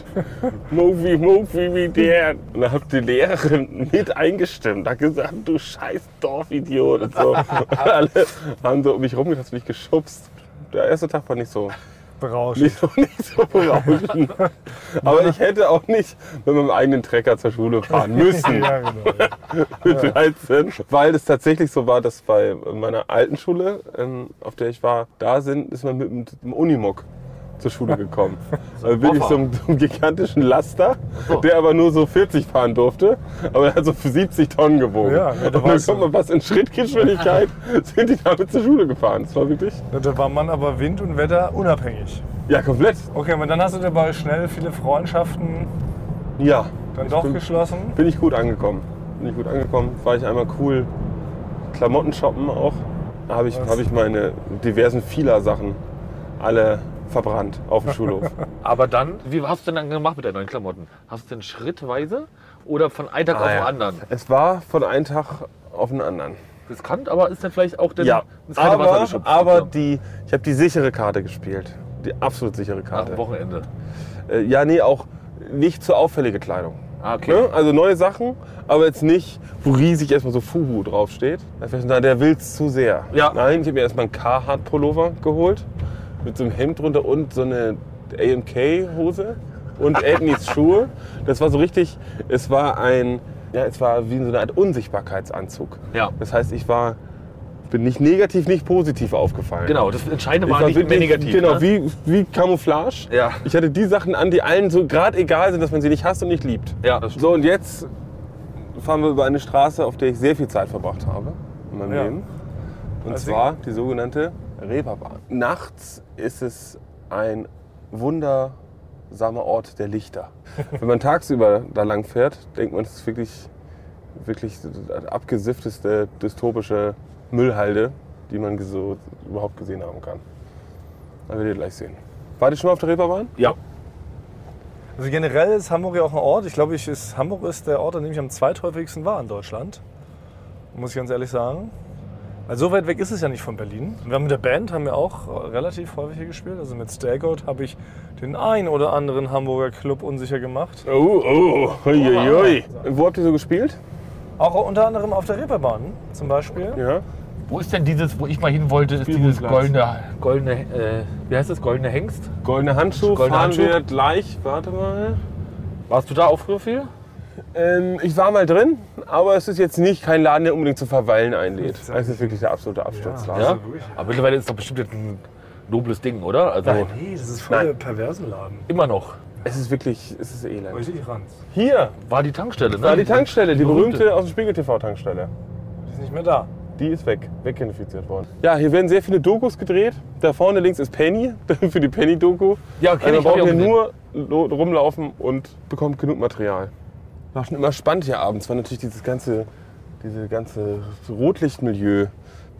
[SPEAKER 5] Mofi, Mofi, wie der. Und da hat die Lehrerin mit eingestimmt, hat gesagt, du scheiß Dorfidiot. Und so. Und alle haben so um mich rumgetastet, mich geschubst. Der erste Tag war nicht so
[SPEAKER 3] Berauscht.
[SPEAKER 5] nicht so, nicht so berauschend. Aber ich hätte auch nicht mit meinem eigenen Trecker zur Schule fahren müssen
[SPEAKER 3] Ja, genau.
[SPEAKER 5] mit 13. Weil es tatsächlich so war, dass bei meiner alten Schule, ähm, auf der ich war, da sind, ist man mit dem- dem Unimog zur Schule gekommen. Also wirklich so einem, so einem gigantischen Laster, der aber nur so 40 fahren durfte, aber der hat so für 70 Tonnen gewogen.
[SPEAKER 3] Ja, ja,
[SPEAKER 5] und
[SPEAKER 3] da
[SPEAKER 5] dann
[SPEAKER 3] war's
[SPEAKER 5] kommt man was in Schrittgeschwindigkeit, sind die damit zur Schule gefahren. Das war wirklich,
[SPEAKER 3] Und Da war man aber Wind und Wetter unabhängig.
[SPEAKER 5] ja komplett,
[SPEAKER 3] Okay, aber dann hast du dabei schnell viele Freundschaften
[SPEAKER 5] ja.
[SPEAKER 3] dann
[SPEAKER 5] Ich
[SPEAKER 3] doch
[SPEAKER 5] bin-
[SPEAKER 3] geschlossen.
[SPEAKER 5] Bin ich gut angekommen. Bin ich gut angekommen. War ich einmal cool. Klamotten shoppen auch. Da habe ich,
[SPEAKER 3] Was?
[SPEAKER 5] hab ich meine diversen Fila-Sachen alle verbrannt auf dem Schulhof.
[SPEAKER 4] Aber dann, wie hast du denn dann gemacht mit deinen neuen Klamotten? Hast du denn schrittweise oder von einem Tag
[SPEAKER 3] Ah
[SPEAKER 4] auf den
[SPEAKER 5] ja.
[SPEAKER 4] anderen?
[SPEAKER 5] es war von einem Tag auf den anderen.
[SPEAKER 4] Riskant, aber ist dann vielleicht auch denn ins kalte Wasser
[SPEAKER 5] aber,
[SPEAKER 4] geschubst.
[SPEAKER 5] aber
[SPEAKER 4] sozusagen.
[SPEAKER 5] die, ich habe die sichere Karte gespielt. Die absolut sichere
[SPEAKER 4] Nach dem
[SPEAKER 5] Karte.
[SPEAKER 4] Wochenende.
[SPEAKER 5] Äh, ja, nee, auch nicht zu auffällige Kleidung.
[SPEAKER 4] Ah, okay.
[SPEAKER 5] Ne? Also neue Sachen, aber jetzt nicht, wo riesig erstmal so Fubu draufsteht. Da hab ich gedacht, Na, der will's zu sehr.
[SPEAKER 4] Ja.
[SPEAKER 5] Nein, ich habe mir erstmal einen Carhartt-Pullover geholt mit so einem Hemd drunter und so eine AMK-Hose und Edneys Schuhe. Das war so richtig, es war ein, ja, es war wie so eine Art Unsichtbarkeitsanzug.
[SPEAKER 4] Ja.
[SPEAKER 5] Das heißt, ich war, bin nicht negativ, nicht positiv aufgefallen.
[SPEAKER 4] Genau, das Entscheidende
[SPEAKER 5] Ich
[SPEAKER 4] war,
[SPEAKER 5] war
[SPEAKER 4] nicht mehr
[SPEAKER 5] wirklich-
[SPEAKER 4] negativ.
[SPEAKER 5] Genau,
[SPEAKER 4] ne?
[SPEAKER 5] wie, wie Camouflage.
[SPEAKER 4] Ja.
[SPEAKER 5] Ich hatte die Sachen an, die allen so gerade egal sind, dass man sie nicht hasst und nicht liebt.
[SPEAKER 4] Ja, das stimmt.
[SPEAKER 5] So, und jetzt fahren wir über eine Straße, auf der ich sehr viel Zeit verbracht habe in meinem
[SPEAKER 3] Ja.
[SPEAKER 5] Leben. Und
[SPEAKER 3] Deswegen-
[SPEAKER 5] zwar die sogenannte Reeperbahn. Nachts ist es ein wundersamer Ort der Lichter. Wenn man tagsüber da lang fährt, denkt man, es ist wirklich, wirklich das abgesiffteste dystopische Müllhalde, die man so überhaupt gesehen haben kann. Da werdet ihr gleich sehen. Wart ihr schon mal auf der Reeperbahn?
[SPEAKER 4] Ja.
[SPEAKER 3] Also generell ist Hamburg ja auch ein Ort. Ich glaube, ich ist, Hamburg ist der Ort, an dem ich am zweithäufigsten war in Deutschland. Muss ich ganz ehrlich sagen. Also so weit weg ist es ja nicht von Berlin. Wir haben mit der Band haben wir auch äh, relativ häufig hier gespielt. Also mit Staggoat habe ich den ein oder anderen Hamburger Club unsicher gemacht.
[SPEAKER 5] Oh, oh, huiuiui. Wo habt ihr so gespielt?
[SPEAKER 3] Auch unter anderem auf der Reeperbahn zum Beispiel.
[SPEAKER 5] Ja.
[SPEAKER 4] Wo ist denn dieses, wo ich mal hin wollte, ist dieses goldene, goldene, äh, wie heißt das, goldene Hengst?
[SPEAKER 5] Goldene Handschuhe
[SPEAKER 4] Goldene
[SPEAKER 5] fahren
[SPEAKER 4] Handschuhe.
[SPEAKER 5] wir gleich. Warte mal.
[SPEAKER 4] Warst du da auch früher viel?
[SPEAKER 5] Ähm, ich war mal drin, aber es ist jetzt nicht kein Laden, der unbedingt zum Verweilen einlädt. Das ist wirklich der absolute Absturzladen.
[SPEAKER 4] Ja. Aber mittlerweile ist doch bestimmt jetzt ein nobles Ding, oder? Also
[SPEAKER 3] Nee, das ist voll der perversen Laden.
[SPEAKER 4] immer noch.
[SPEAKER 5] Es ist wirklich, es ist elend.
[SPEAKER 3] Richtig ranz.
[SPEAKER 5] Hier
[SPEAKER 4] War die Tankstelle, ne?
[SPEAKER 5] war die Tankstelle, die
[SPEAKER 4] berühmte.
[SPEAKER 5] berühmte aus dem Spiegel TV Tankstelle.
[SPEAKER 3] Die ist nicht mehr da.
[SPEAKER 5] Die ist weg, weggenerifiziert worden. Ja, hier werden sehr viele Dokus gedreht. Da vorne links ist Penny, für die Penny-Doku.
[SPEAKER 4] Ja, kenn ich, hab
[SPEAKER 5] also
[SPEAKER 4] ich
[SPEAKER 5] braucht
[SPEAKER 4] auch
[SPEAKER 5] ihr
[SPEAKER 4] gesehen.
[SPEAKER 5] nur lo- rumlaufen und bekommt genug Material. War schon immer spannend hier abends, weil natürlich dieses ganze, diese ganze Rotlichtmilieu,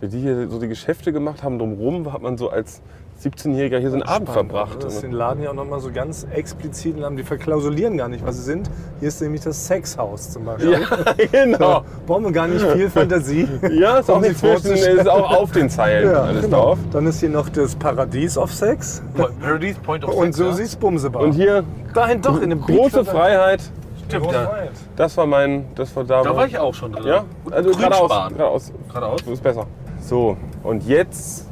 [SPEAKER 5] wie die hier so die Geschäfte gemacht haben, drumherum hat man so als 17-Jähriger hier so einen Abend verbracht.
[SPEAKER 3] Das ist den Laden ja auch nochmal so ganz explizit und haben die verklausulieren gar nicht, was sie sind. Hier ist nämlich das Sexhaus zum Beispiel.
[SPEAKER 5] ja, genau.
[SPEAKER 3] Brauchen wir gar nicht viel Fantasie.
[SPEAKER 5] Ja, ist auch,
[SPEAKER 3] Um sie
[SPEAKER 5] nicht zwischen,
[SPEAKER 3] vorzustellen.
[SPEAKER 5] ist auch auf den Zeilen alles drauf.
[SPEAKER 3] Dann ist hier noch das Paradies of Sex.
[SPEAKER 4] Paradise Point of
[SPEAKER 3] Und so
[SPEAKER 4] ja?
[SPEAKER 3] siehst Bumsebar.
[SPEAKER 5] Und hier
[SPEAKER 3] dahin doch in dem
[SPEAKER 5] große Freiheit.
[SPEAKER 4] Stimmt, da,
[SPEAKER 5] Das war mein, das war da.
[SPEAKER 4] da war ich auch schon drin.
[SPEAKER 5] Ja, also geradeaus,
[SPEAKER 4] Grünsparen.
[SPEAKER 5] geradeaus.
[SPEAKER 4] Geradeaus?
[SPEAKER 5] So ist besser. So, und jetzt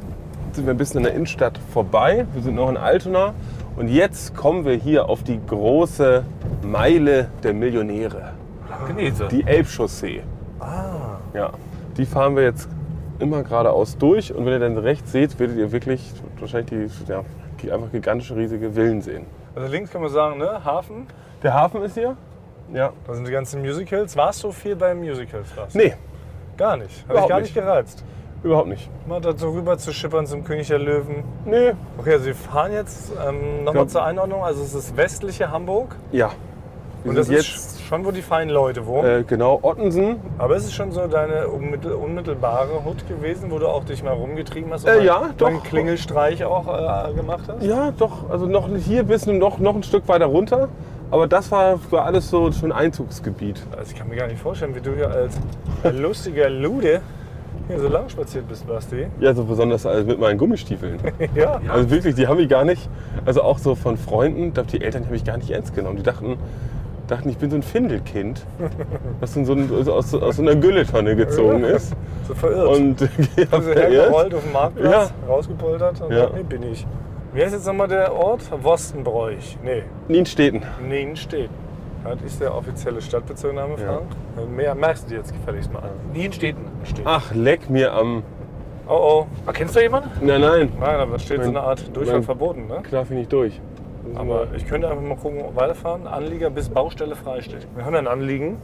[SPEAKER 5] sind wir ein bisschen in der Innenstadt vorbei. Wir sind noch in Altona. Und jetzt kommen wir hier auf die große Meile der Millionäre.
[SPEAKER 4] Genese.
[SPEAKER 5] Die Elbchaussee. Ah. Ja, die fahren wir jetzt immer geradeaus durch. Und wenn ihr dann rechts seht, werdet ihr wirklich wahrscheinlich die, ja, die einfach gigantische, riesige Villen sehen.
[SPEAKER 3] Also links kann man sagen, ne? Hafen.
[SPEAKER 5] Der Hafen ist hier? Ja.
[SPEAKER 3] Da sind die ganzen Musicals. Warst du viel bei Musicals? Lars?
[SPEAKER 5] Nee,
[SPEAKER 3] Gar nicht. Habe ich
[SPEAKER 5] Überhaupt
[SPEAKER 3] gar nicht gereizt.
[SPEAKER 5] überhaupt nicht.
[SPEAKER 3] Mal dazu rüber zu schippern zum König der Löwen.
[SPEAKER 5] Nee.
[SPEAKER 3] Okay, also wir fahren jetzt ähm, nochmal
[SPEAKER 5] glaub-
[SPEAKER 3] zur Einordnung. Also es ist westliche Hamburg.
[SPEAKER 5] Ja. Wir
[SPEAKER 3] Und das
[SPEAKER 5] sind jetzt
[SPEAKER 3] ist schon, wo die feinen Leute wohnen.
[SPEAKER 5] äh, genau Ottensen
[SPEAKER 3] Aber es ist schon so deine unmittel- unmittelbare Hut gewesen, wo du auch dich mal rumgetrieben hast und
[SPEAKER 5] Äh,
[SPEAKER 3] mal-
[SPEAKER 5] ja,
[SPEAKER 3] mal
[SPEAKER 5] doch.
[SPEAKER 3] einen Klingelstreich auch äh, gemacht hast?
[SPEAKER 5] Ja, doch. Also noch nicht hier bis noch, noch ein Stück weiter runter. Aber das war, war alles so schon Einzugsgebiet.
[SPEAKER 3] Also ich kann mir gar nicht vorstellen, wie du hier als lustiger Lude hier so lang spaziert bist, Basti.
[SPEAKER 5] Ja, so besonders als mit meinen Gummistiefeln.
[SPEAKER 3] Ja.
[SPEAKER 5] Also wirklich, die haben ich gar nicht. Also auch so von Freunden, ich glaub, die Eltern haben mich gar nicht ernst genommen. Die dachten, dachten ich bin so ein Findelkind, das in so ein, also aus, aus so einer Gülletonne gezogen ist.
[SPEAKER 3] So verirrt.
[SPEAKER 5] Und äh, ja,
[SPEAKER 3] also hergerollt auf dem Marktplatz, rausgepoltert und
[SPEAKER 5] Ja.
[SPEAKER 3] dann, hier bin ich. Wie heißt jetzt nochmal der Ort? Wostenbräuch. Nee,
[SPEAKER 5] Nienstedten.
[SPEAKER 3] Nienstedt. Das ist der offizielle Stadtbezirkname,
[SPEAKER 5] Ja.
[SPEAKER 3] Frank. Mehr merkst du dir jetzt gefälligst mal an.
[SPEAKER 4] Nienstädten.
[SPEAKER 5] Ach, leck mir am.
[SPEAKER 3] Oh oh.
[SPEAKER 4] Ah, Kennst du jemanden?
[SPEAKER 5] Nein, nein,
[SPEAKER 3] Nein, aber da steht so eine Art Durchfall
[SPEAKER 5] mein-
[SPEAKER 3] verboten, ne?
[SPEAKER 5] darf ich nicht durch.
[SPEAKER 3] Aber ich könnte einfach mal gucken, weiterfahren. Anlieger bis Baustelle frei steht. Wir haben ja ein Anliegen.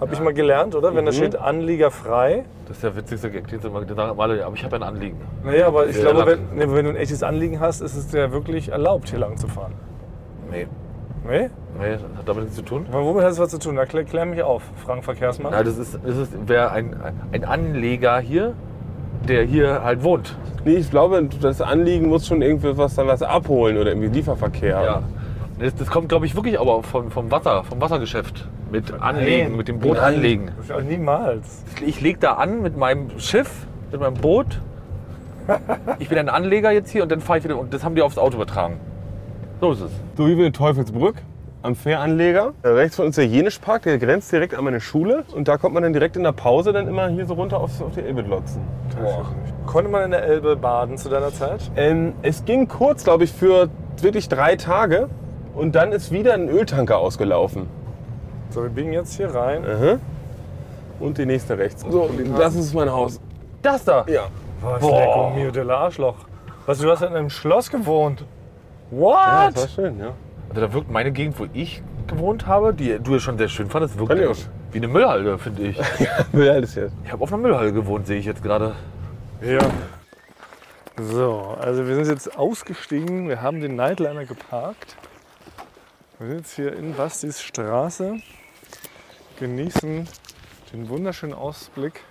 [SPEAKER 3] Habe ich mal gelernt, oder?
[SPEAKER 5] Mhm.
[SPEAKER 3] Wenn da steht Anlieger frei.
[SPEAKER 4] Das ist der witzigste Gag, den sie mal- den sagen alle, aber ich habe ein Anliegen.
[SPEAKER 3] Naja, aber ich
[SPEAKER 4] Ja,
[SPEAKER 3] glaube,
[SPEAKER 4] lang.
[SPEAKER 3] wenn, nee, wenn du ein echtes Anliegen hast, ist es ja wirklich erlaubt, hier lang zu fahren.
[SPEAKER 4] Nee.
[SPEAKER 3] Nee?
[SPEAKER 4] Nee, das hat damit nichts zu tun.
[SPEAKER 3] Aber womit hat es was zu tun? Da klär, klär mich auf, Frank Verkehrsmann.
[SPEAKER 4] Nein, das ist, das ist wer ein, ein Anleger hier, der hier halt wohnt.
[SPEAKER 5] Nee, ich glaube, das Anliegen muss schon irgendwas dann was abholen oder irgendwie Lieferverkehr.
[SPEAKER 4] Ja. Das, das kommt, glaube ich, wirklich aber vom, vom Wasser, vom Wassergeschäft. Mit Anlegen, mit dem Boot
[SPEAKER 5] Nein.
[SPEAKER 4] anlegen.
[SPEAKER 3] Das ist auch niemals.
[SPEAKER 4] Ich lege da an mit meinem Schiff, mit meinem Boot. Ich bin ein Anleger jetzt hier und dann fahre ich wieder. Und das haben die aufs Auto übertragen. So ist es.
[SPEAKER 5] So, hier bin ich in Teufelsbrück am Fähranleger. Äh, Rechts von uns der Jenischpark, der grenzt direkt an meine Schule. Und da kommt man dann direkt in der Pause dann immer hier so runter aufs, auf die Elbe glotzen.
[SPEAKER 3] Konnte man in der Elbe baden zu deiner Zeit?
[SPEAKER 5] Ähm, es ging kurz, glaube ich, für wirklich drei Tage. Und dann ist wieder ein Öltanker ausgelaufen.
[SPEAKER 3] So, wir biegen jetzt hier rein.
[SPEAKER 5] Und die nächste rechts. So, das ist mein Haus.
[SPEAKER 4] Das da.
[SPEAKER 5] Ja.
[SPEAKER 3] Was,
[SPEAKER 4] Boah.
[SPEAKER 3] Lecco mio della Arschloch. Was, du hast in einem Schloss gewohnt? What?
[SPEAKER 5] Das war schön, ja.
[SPEAKER 4] Also da wirkt meine Gegend, wo ich gewohnt habe, die du ja schon sehr schön fandest, wirkt
[SPEAKER 5] Fand ich auch.
[SPEAKER 4] wie eine Müllhalde, finde ich.
[SPEAKER 5] Wie alt ist jetzt?
[SPEAKER 4] Ich habe auf einer Müllhalde gewohnt, sehe ich jetzt gerade.
[SPEAKER 3] Ja. So, also wir sind jetzt ausgestiegen. Wir haben den Nightliner geparkt. Wir sind jetzt hier in Bastis Straße. Genießen den wunderschönen Ausblick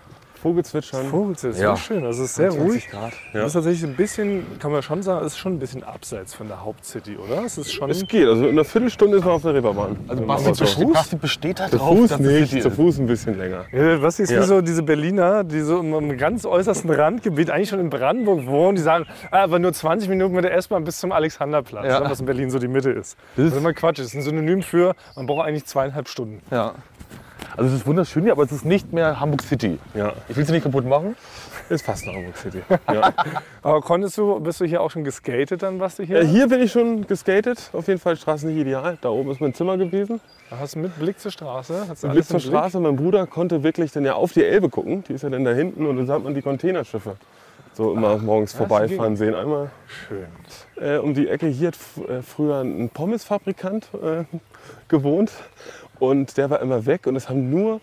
[SPEAKER 5] Vogelzwitschern.
[SPEAKER 3] Vogelzelt ist
[SPEAKER 4] Ja.
[SPEAKER 3] so schön. Also es ist sehr ruhig.
[SPEAKER 4] Grad.
[SPEAKER 5] Ja.
[SPEAKER 3] Das ist tatsächlich ein bisschen, kann man schon sagen, ist schon ein bisschen abseits von der Hauptcity, oder? Es ist schon.
[SPEAKER 5] es geht, also in einer Viertelstunde ist man auf der Reeperbahn.
[SPEAKER 4] Also
[SPEAKER 5] Basti
[SPEAKER 4] Basti
[SPEAKER 5] zu
[SPEAKER 4] besteht,
[SPEAKER 5] Fuß?
[SPEAKER 4] Basti besteht halt
[SPEAKER 5] Zu
[SPEAKER 4] drauf,
[SPEAKER 5] Fuß
[SPEAKER 4] dass es
[SPEAKER 5] nicht,
[SPEAKER 4] City
[SPEAKER 5] zu
[SPEAKER 4] ist.
[SPEAKER 5] Fuß ein bisschen länger.
[SPEAKER 3] Ja, Äh, was ist
[SPEAKER 5] Ja.
[SPEAKER 3] wie so diese Berliner, die so im, im ganz äußersten Randgebiet, eigentlich schon in Brandenburg wohnen, die sagen, ah, aber nur 20 Minuten mit der S-Bahn bis zum Alexanderplatz,
[SPEAKER 4] Ja.
[SPEAKER 3] ne, was in Berlin so die Mitte ist. Das ist immer Quatsch, das ist ein Synonym für, man braucht eigentlich zweieinhalb Stunden.
[SPEAKER 4] Ja. Also es ist wunderschön hier, aber es ist nicht mehr Hamburg City.
[SPEAKER 5] Ja,
[SPEAKER 4] Ich will sie nicht kaputt machen.
[SPEAKER 3] Ist fast noch Hamburg City.
[SPEAKER 5] ja.
[SPEAKER 3] Aber konntest du, bist du hier auch schon geskatet dann, was du hier?
[SPEAKER 5] Äh, Hier bin ich schon geskatet. Auf jeden Fall Straßen nicht ideal. Da oben ist mein Zimmer gewesen.
[SPEAKER 3] Hast du mit Blick zur Straße? Hast du
[SPEAKER 5] Mit
[SPEAKER 3] alles
[SPEAKER 5] Blick zur
[SPEAKER 3] im Blick?
[SPEAKER 5] Straße. Mein Bruder konnte wirklich dann ja auf die Elbe gucken. Die ist ja dann da hinten und dann sah man die Containerschiffe so immer morgens vorbeifahren sehen. Einmal Schön. Äh, um die Ecke. Hier hat f- äh, früher ein Pommesfabrikant äh, gewohnt und der war immer weg und es haben nur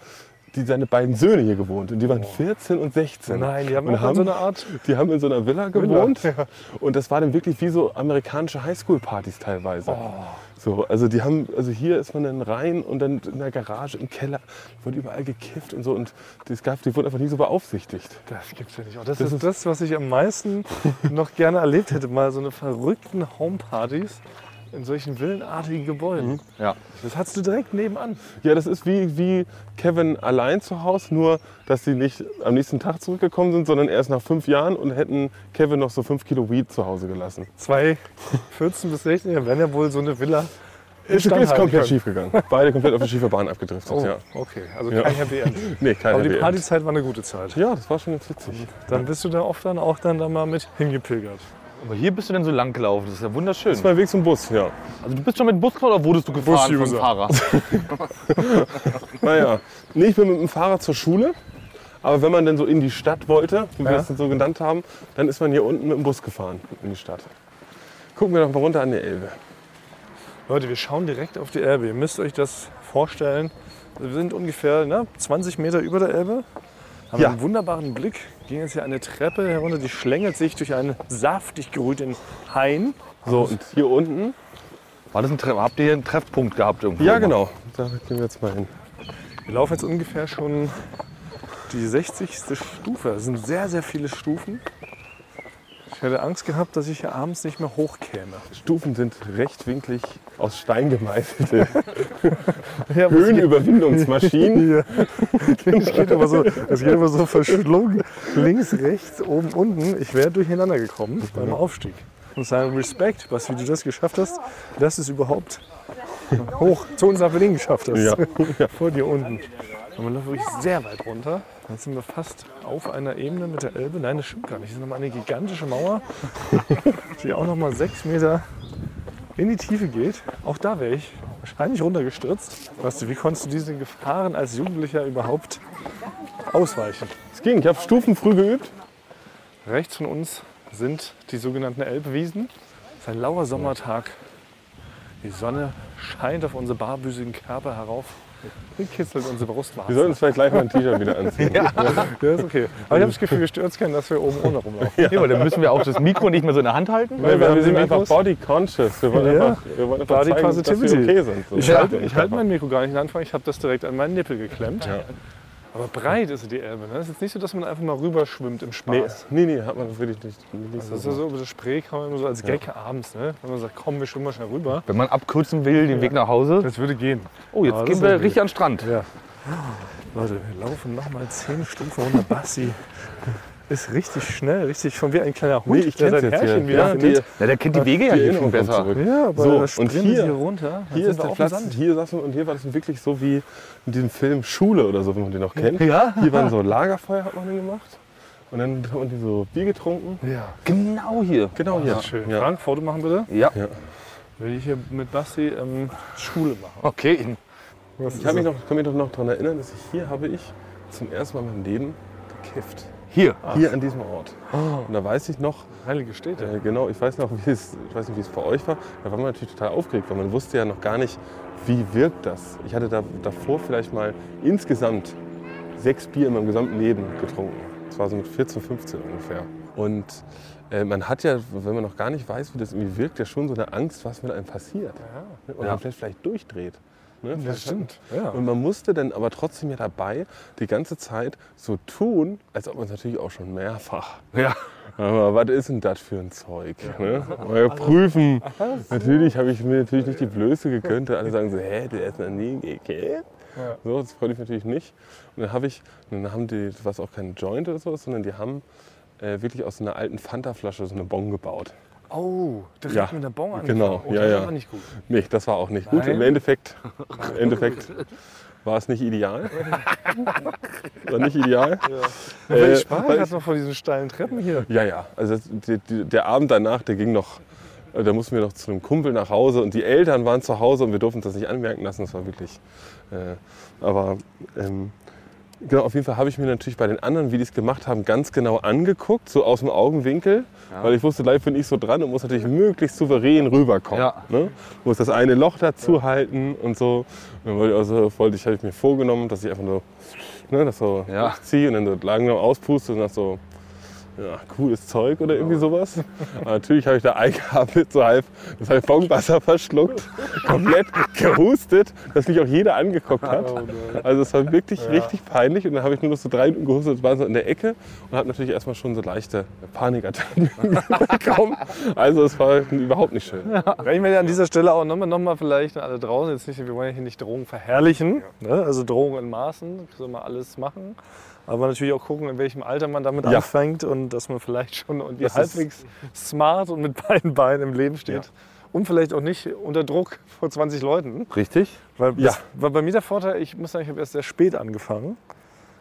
[SPEAKER 5] die, seine beiden Söhne hier gewohnt und die waren 14 und 16.
[SPEAKER 3] Nein, die haben
[SPEAKER 5] Und
[SPEAKER 3] auch so eine Art.
[SPEAKER 5] Die haben in so einer Villa gewohnt und das war dann wirklich wie so amerikanische Highschool-Partys teilweise. So, also die haben, also hier ist man dann rein und dann in der Garage, im Keller, wurde überall gekifft und so und das gab, die wurden einfach nie so beaufsichtigt.
[SPEAKER 3] Das gibt's ja nicht. Oh, das, ist das, was ich am meisten noch gerne erlebt hätte, mal so eine verrückten Homepartys in solchen villenartigen Gebäuden.
[SPEAKER 4] Mhm. Ja.
[SPEAKER 3] Das hast du direkt nebenan.
[SPEAKER 5] Ja, das ist wie, wie Kevin allein zu Hause, nur dass sie nicht am nächsten Tag zurückgekommen sind, sondern erst nach fünf Jahren und hätten Kevin noch so fünf Kilo Weed zu Hause gelassen.
[SPEAKER 3] Zwei 14 bis 16, ja, werden ja wohl so eine Villa.
[SPEAKER 5] Ist,
[SPEAKER 3] Stand
[SPEAKER 5] ist
[SPEAKER 3] halten
[SPEAKER 5] komplett
[SPEAKER 3] können.
[SPEAKER 5] schief gegangen. Beide komplett auf die schiefe Bahn abgedriftet.
[SPEAKER 3] Oh,
[SPEAKER 5] Ja.
[SPEAKER 3] okay. Also
[SPEAKER 5] Ja.
[SPEAKER 3] kein Happy End.
[SPEAKER 5] Nee, kein
[SPEAKER 3] Aber die
[SPEAKER 5] Happy End.
[SPEAKER 3] Partyzeit war eine gute Zeit.
[SPEAKER 5] Ja, das war schon ganz witzig.
[SPEAKER 3] Dann bist du da oft dann auch dann da mal mit hingepilgert.
[SPEAKER 4] Aber hier bist du dann so lang gelaufen. Das ist ja wunderschön.
[SPEAKER 5] Das ist mein Weg zum Bus, ja.
[SPEAKER 4] Also du bist schon mit dem Bus gefahren oder wurdest du gefahren vom
[SPEAKER 3] Bus-User.
[SPEAKER 4] Fahrer?
[SPEAKER 5] Naja, nee, ich bin mit dem Fahrrad zur Schule. Aber wenn man dann so in die Stadt wollte, wie wir
[SPEAKER 3] Ja.
[SPEAKER 5] das dann so genannt haben, dann ist man hier unten mit dem Bus gefahren in die Stadt. Gucken wir doch mal runter an die Elbe.
[SPEAKER 3] Leute, wir schauen direkt auf die Elbe. Ihr müsst euch das vorstellen. Wir sind ungefähr ne, 20 Meter über der Elbe. Haben
[SPEAKER 5] Ja.
[SPEAKER 3] einen wunderbaren Blick. Gehen jetzt hier eine Treppe herunter, die schlängelt sich durch einen saftig gerührten Hain.
[SPEAKER 5] So, und hier unten?
[SPEAKER 4] War das ein Tre Habt ihr hier einen Treffpunkt gehabt irgendwo?
[SPEAKER 5] Ja, genau. Da gehen wir jetzt mal hin.
[SPEAKER 3] Wir laufen jetzt ungefähr schon die 60. Stufe. Das sind sehr, sehr viele Stufen. Ich hätte Angst gehabt, dass ich hier abends nicht mehr hochkäme.
[SPEAKER 5] Stufen sind rechtwinklig aus Stein gemeißelte
[SPEAKER 3] Ja,
[SPEAKER 5] Höhenüberwindungsmaschinen.
[SPEAKER 3] Das geht aber so, das geht aber so verschlungen. Links, rechts, oben, unten. Ich wäre durcheinander gekommen beim Aufstieg. Und sagen Respekt, was wie du das geschafft hast, dass du es überhaupt hoch zu uns nach Berlin geschafft hast.
[SPEAKER 5] Ja.
[SPEAKER 3] Vor dir unten. Und man läuft wirklich sehr weit runter. Jetzt sind wir fast auf einer Ebene mit der Elbe. Nein, das stimmt gar nicht. Das ist nochmal eine gigantische Mauer, die auch nochmal sechs Meter in die Tiefe geht. Auch da wäre ich wahrscheinlich runtergestürzt. Weißt du, wie konntest du diesen Gefahren als Jugendlicher überhaupt ausweichen?
[SPEAKER 5] Es ging. Ich habe Stufen früh geübt.
[SPEAKER 3] Rechts von uns sind die sogenannten Elbwiesen. Es ist ein lauer Sommertag. Die Sonne scheint auf unsere barbüsigen Körper herauf und kitzelt unsere
[SPEAKER 5] Wir
[SPEAKER 3] Brustwarzen.
[SPEAKER 5] sollten uns vielleicht gleich mal ein T-Shirt wieder anziehen.
[SPEAKER 3] Ja, ist okay. Aber ich habe das Gefühl, wir stürzen können, dass wir oben ohne rumlaufen.
[SPEAKER 4] Ja, aber dann müssen wir auch das Mikro nicht mehr so in der Hand halten.
[SPEAKER 5] Weil wir,
[SPEAKER 3] haben
[SPEAKER 5] wir sind
[SPEAKER 3] die
[SPEAKER 5] einfach
[SPEAKER 3] Mikros.
[SPEAKER 5] body conscious. Wir wollen
[SPEAKER 3] Ja.
[SPEAKER 5] einfach, wir wollen einfach
[SPEAKER 3] Body
[SPEAKER 5] zeigen, dass wir
[SPEAKER 3] positivity.
[SPEAKER 5] okay sind. So.
[SPEAKER 3] Ich halte ich halt mein Mikro gar nicht in der Hand, weil ich habe das direkt an meinen Nippel geklemmt. Aber breit ist die Elbe. Es ne? ist jetzt nicht so, dass man einfach mal rüberschwimmt im
[SPEAKER 5] Nee,
[SPEAKER 3] Spaß.
[SPEAKER 5] nee, nee, hat man wirklich nicht. nicht
[SPEAKER 3] Das ist ja so über das Spree kann man immer so als Gag abends, ne? wenn man sagt, komm, wir schwimmen mal schnell rüber.
[SPEAKER 4] Wenn man abkürzen will, den Weg nach Hause.
[SPEAKER 3] Das würde gehen.
[SPEAKER 4] Oh,
[SPEAKER 3] Aber
[SPEAKER 4] jetzt
[SPEAKER 3] das
[SPEAKER 4] gehen
[SPEAKER 3] ist
[SPEAKER 4] wir
[SPEAKER 3] natürlich-
[SPEAKER 4] richtig an den Strand.
[SPEAKER 3] Leute, wir laufen nochmal 10 Stufen runter. Basti ist richtig schnell, richtig schon wie ein kleiner Hund,
[SPEAKER 5] Nee, ich
[SPEAKER 3] der
[SPEAKER 5] kenn's
[SPEAKER 3] sein
[SPEAKER 5] jetzt hier.
[SPEAKER 3] Herrchen wieder
[SPEAKER 5] Ja,
[SPEAKER 3] findet.
[SPEAKER 4] Ja, der kennt die Wege ja hier
[SPEAKER 5] Erinnerung
[SPEAKER 4] schon
[SPEAKER 5] kommt
[SPEAKER 4] besser.
[SPEAKER 5] zurück.
[SPEAKER 3] Ja, aber
[SPEAKER 5] So,
[SPEAKER 3] da
[SPEAKER 5] und
[SPEAKER 3] springen
[SPEAKER 5] hier-
[SPEAKER 3] sie hier runter. Dann
[SPEAKER 5] Hier
[SPEAKER 3] sind
[SPEAKER 5] ist
[SPEAKER 3] wir
[SPEAKER 5] der
[SPEAKER 3] auf dem
[SPEAKER 5] Platz,
[SPEAKER 3] Sand.
[SPEAKER 5] hier saß man und hier war das wirklich so wie in diesem Film Schule oder so, wenn man den noch kennt.
[SPEAKER 4] Ja.
[SPEAKER 5] Hier waren so Lagerfeuer, hat man den gemacht. Und dann hat man die so Bier getrunken.
[SPEAKER 3] Ja,
[SPEAKER 4] Genau hier.
[SPEAKER 5] Genau hier.
[SPEAKER 3] schön.
[SPEAKER 5] Ja.
[SPEAKER 3] Frank, Foto machen bitte.
[SPEAKER 4] Ja.
[SPEAKER 3] Will ich hier mit Basti ähm, Schule machen.
[SPEAKER 4] Okay.
[SPEAKER 5] Ich hab mich noch, kann mich doch noch daran erinnern, dass ich hier habe ich zum ersten Mal in meinem Leben gekifft.
[SPEAKER 4] Hier.
[SPEAKER 1] Ah,
[SPEAKER 5] Hier an diesem Ort. Und da weiß ich noch,
[SPEAKER 3] Heilige Städte.
[SPEAKER 5] äh, genau, ich weiß noch, wie es, ich weiß nicht, wie es bei euch war. Da war man natürlich total aufgeregt, weil man wusste ja noch gar nicht, wie wirkt das. Ich hatte da, davor vielleicht mal insgesamt sechs Bier in meinem gesamten Leben getrunken. Das war so mit 14, 15 ungefähr. Und äh, man hat ja, wenn man noch gar Ne? nicht weiß, wie das irgendwie wirkt, ja schon so eine Angst, was mit einem passiert. Und man vielleicht, vielleicht durchdreht. Ne?
[SPEAKER 3] Das stimmt. Ja.
[SPEAKER 5] Und man musste dann aber trotzdem ja dabei die ganze Zeit so tun, als ob man es natürlich auch schon mehrfach.
[SPEAKER 4] Ja.
[SPEAKER 5] Aber was ist denn das für ein Zeug? Ne? Mal prüfen. Natürlich habe ich mir natürlich nicht die Blöße gegönnt. Und alle sagen so, hä, der ist noch nie gekillt. So, das freut mich natürlich nicht. Und dann habe ich, und dann haben die, das war auch kein Joint oder so, sondern die haben äh, wirklich aus einer alten Fanta-Flasche so eine Bon gebaut.
[SPEAKER 3] Oh, direkt
[SPEAKER 5] Ja,
[SPEAKER 3] mit der Bon an.
[SPEAKER 5] genau,
[SPEAKER 3] Oh,
[SPEAKER 5] ja,
[SPEAKER 3] das
[SPEAKER 5] ja.
[SPEAKER 3] war aber nicht gut.
[SPEAKER 5] Nee, das war auch nicht gut. Im Endeffekt, im Endeffekt war es nicht ideal. War nicht ideal. Ja,
[SPEAKER 3] Äh, ich spare gerade noch vor diesen steilen Treppen hier.
[SPEAKER 5] ja, ja. Also das, die, die, der Abend danach, der ging noch, äh, da mussten wir noch zu einem Kumpel nach Hause und die Eltern waren zu Hause und wir durften uns das nicht anmerken lassen. Das war wirklich. Äh, aber ähm, genau, auf jeden Fall habe ich mir natürlich bei den anderen, wie die es gemacht haben, ganz genau angeguckt, so aus dem Augenwinkel, weil ich wusste, live bin ich so dran und muss natürlich möglichst souverän rüberkommen.
[SPEAKER 4] Ja.
[SPEAKER 5] Ne? Muss das eine Loch dazu halten und so. Und dann wollte ich, also, wollte ich, habe ich mir vorgenommen, dass ich einfach nur ne, das so
[SPEAKER 4] Ja.
[SPEAKER 5] ziehe und dann so langsam auspuste und das so ja, cooles Zeug oder irgendwie sowas. Aber natürlich habe ich da Eigabe mit so halb das halb Bongwasser verschluckt, komplett gehustet, dass mich auch jeder angeguckt hat. Also es war wirklich richtig peinlich und dann habe ich nur noch so drei Minuten gehustet, waren so in der Ecke und habe natürlich erstmal schon so leichte Panikattacken bekommen. Also es war überhaupt nicht schön.
[SPEAKER 3] Wenn ich mir an dieser Stelle auch nochmal noch mal vielleicht an alle draußen, jetzt nicht, wir wollen ja hier nicht Drogen verherrlichen, ne? also Drogen in Maßen, soll man alles machen. Aber natürlich auch gucken, in welchem Alter man damit
[SPEAKER 5] Ja.
[SPEAKER 3] anfängt und dass man vielleicht schon und
[SPEAKER 5] Das ist-
[SPEAKER 3] halbwegs smart und mit beiden Beinen im Leben steht. Und vielleicht auch nicht unter Druck vor 20 Leuten.
[SPEAKER 4] Richtig?
[SPEAKER 3] Weil
[SPEAKER 5] Ja.
[SPEAKER 3] das war bei mir der Vorteil, ich muss sagen, ich habe erst sehr spät angefangen.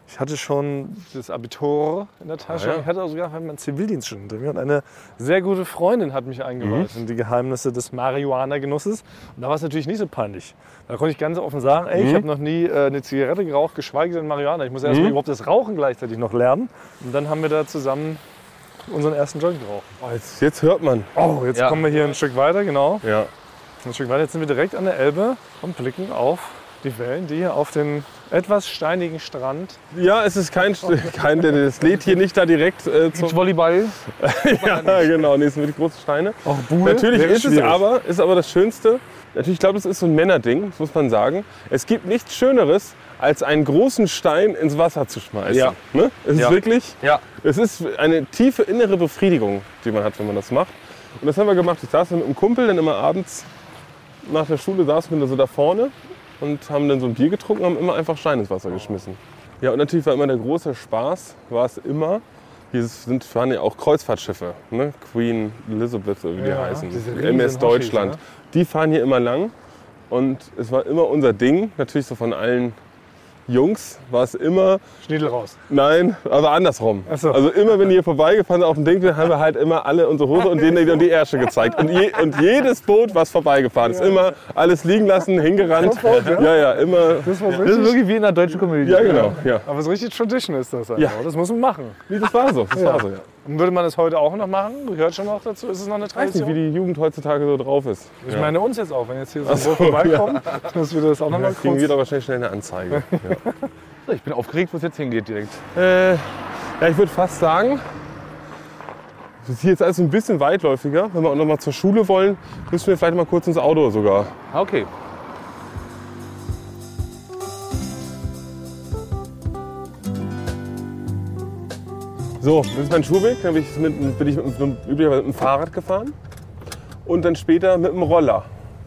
[SPEAKER 3] Ich hatte schon das Abitur in der Tasche.
[SPEAKER 5] Ah, ja.
[SPEAKER 3] Ich hatte auch sogar halt meinen Zivildienst schon hinter mir. Und eine sehr gute Freundin hat mich eingeweiht
[SPEAKER 5] Mhm.
[SPEAKER 3] in die Geheimnisse des Marihuana-Genusses. Und da war es natürlich nicht so peinlich. Da konnte ich ganz offen sagen, ey, ich
[SPEAKER 5] Mhm.
[SPEAKER 3] habe noch nie äh, eine Zigarette geraucht, geschweige denn Marihuana. Ich muss erst mal überhaupt das Rauchen gleichzeitig noch lernen. Und dann haben wir da zusammen unseren ersten Joint geraucht.
[SPEAKER 5] Oh, jetzt, jetzt hört man.
[SPEAKER 3] Oh, jetzt
[SPEAKER 4] Ja.
[SPEAKER 3] kommen wir hier ein Stück weiter, genau.
[SPEAKER 5] Ja.
[SPEAKER 3] Ein Stück weiter, jetzt sind wir direkt an der Elbe und blicken auf die Wellen, die hier auf den etwas steinigen Strand.
[SPEAKER 5] Ja, es ist kein, kein das lädt hier nicht da direkt äh, zum
[SPEAKER 4] Volleyball.
[SPEAKER 5] Ja, genau, nee, es sind wirklich große Steine.
[SPEAKER 3] Auch Buhl
[SPEAKER 5] Natürlich
[SPEAKER 3] wäre
[SPEAKER 5] ist es
[SPEAKER 3] schwierig.
[SPEAKER 5] aber, ist aber das Schönste. Natürlich, ich glaube, das ist so ein Männerding, das muss man sagen. Es gibt nichts Schöneres, als einen großen Stein ins Wasser zu schmeißen.
[SPEAKER 4] Ja.
[SPEAKER 5] Ne? Es
[SPEAKER 4] Ja.
[SPEAKER 5] ist wirklich,
[SPEAKER 4] Ja.
[SPEAKER 5] es ist eine tiefe innere Befriedigung, die man hat, wenn man das macht. Und das haben wir gemacht. Ich saß mit einem Kumpel, dann immer abends nach der Schule saßen wir dann so da vorne und haben dann so ein Bier getrunken und haben immer einfach Steine ins Wasser geschmissen. Ja, und natürlich war immer der große Spaß, war es immer. Hier sind, waren ja auch Kreuzfahrtschiffe, ne? Queen Elizabeth, oder wie die heißen.
[SPEAKER 3] diese riesen
[SPEAKER 5] MS
[SPEAKER 3] Hoshis,
[SPEAKER 5] Deutschland.
[SPEAKER 3] ne?
[SPEAKER 5] Die fahren hier immer lang. Und es war immer unser Ding, natürlich so von allen Jungs, war es immer,
[SPEAKER 3] Schniedel raus.
[SPEAKER 5] nein, aber andersrum.
[SPEAKER 3] Ach so.
[SPEAKER 5] Also immer, wenn die hier vorbeigefahren sind auf dem Ding, dann haben wir halt immer alle unsere Hose und denen dann die Ärsche gezeigt. Und, je, und jedes Boot, was vorbeigefahren ist, immer alles liegen lassen, hingerannt. Ja, ja, immer.
[SPEAKER 3] Das war
[SPEAKER 4] Das ist
[SPEAKER 3] richtig,
[SPEAKER 4] wirklich wie in einer deutschen Komödie.
[SPEAKER 5] Ja, genau, ja.
[SPEAKER 3] aber so richtig Tradition ist das.
[SPEAKER 5] Ja.
[SPEAKER 3] Ja. Das muss man machen.
[SPEAKER 5] Nee, das war so, das war so, ja.
[SPEAKER 3] Und würde man das heute auch noch machen? Gehört schon noch dazu? Ist es noch eine
[SPEAKER 5] Ich weiß nicht, wie
[SPEAKER 3] Tradition?
[SPEAKER 5] die Jugend heutzutage so drauf ist.
[SPEAKER 3] Ich meine uns jetzt auch, wenn jetzt hier so ein
[SPEAKER 5] so,
[SPEAKER 3] Boot vorbeikommt, dass wir das auch noch mal
[SPEAKER 5] Kriegen
[SPEAKER 3] kurz...
[SPEAKER 5] wir doch wahrscheinlich schnell eine Anzeige.
[SPEAKER 4] So, Ich bin aufgeregt, wo es jetzt hingeht direkt.
[SPEAKER 5] Äh, ja, ich würde fast sagen, das ist hier jetzt alles ein bisschen weitläufiger. Wenn wir auch noch mal zur Schule wollen, müssen wir vielleicht mal kurz ins Auto sogar.
[SPEAKER 4] Ah, Okay.
[SPEAKER 5] So, das ist mein Schulweg. Dann bin ich mit, bin ich mit, einem- üblicherweise mit dem Fahrrad gefahren und dann später mit dem Roller.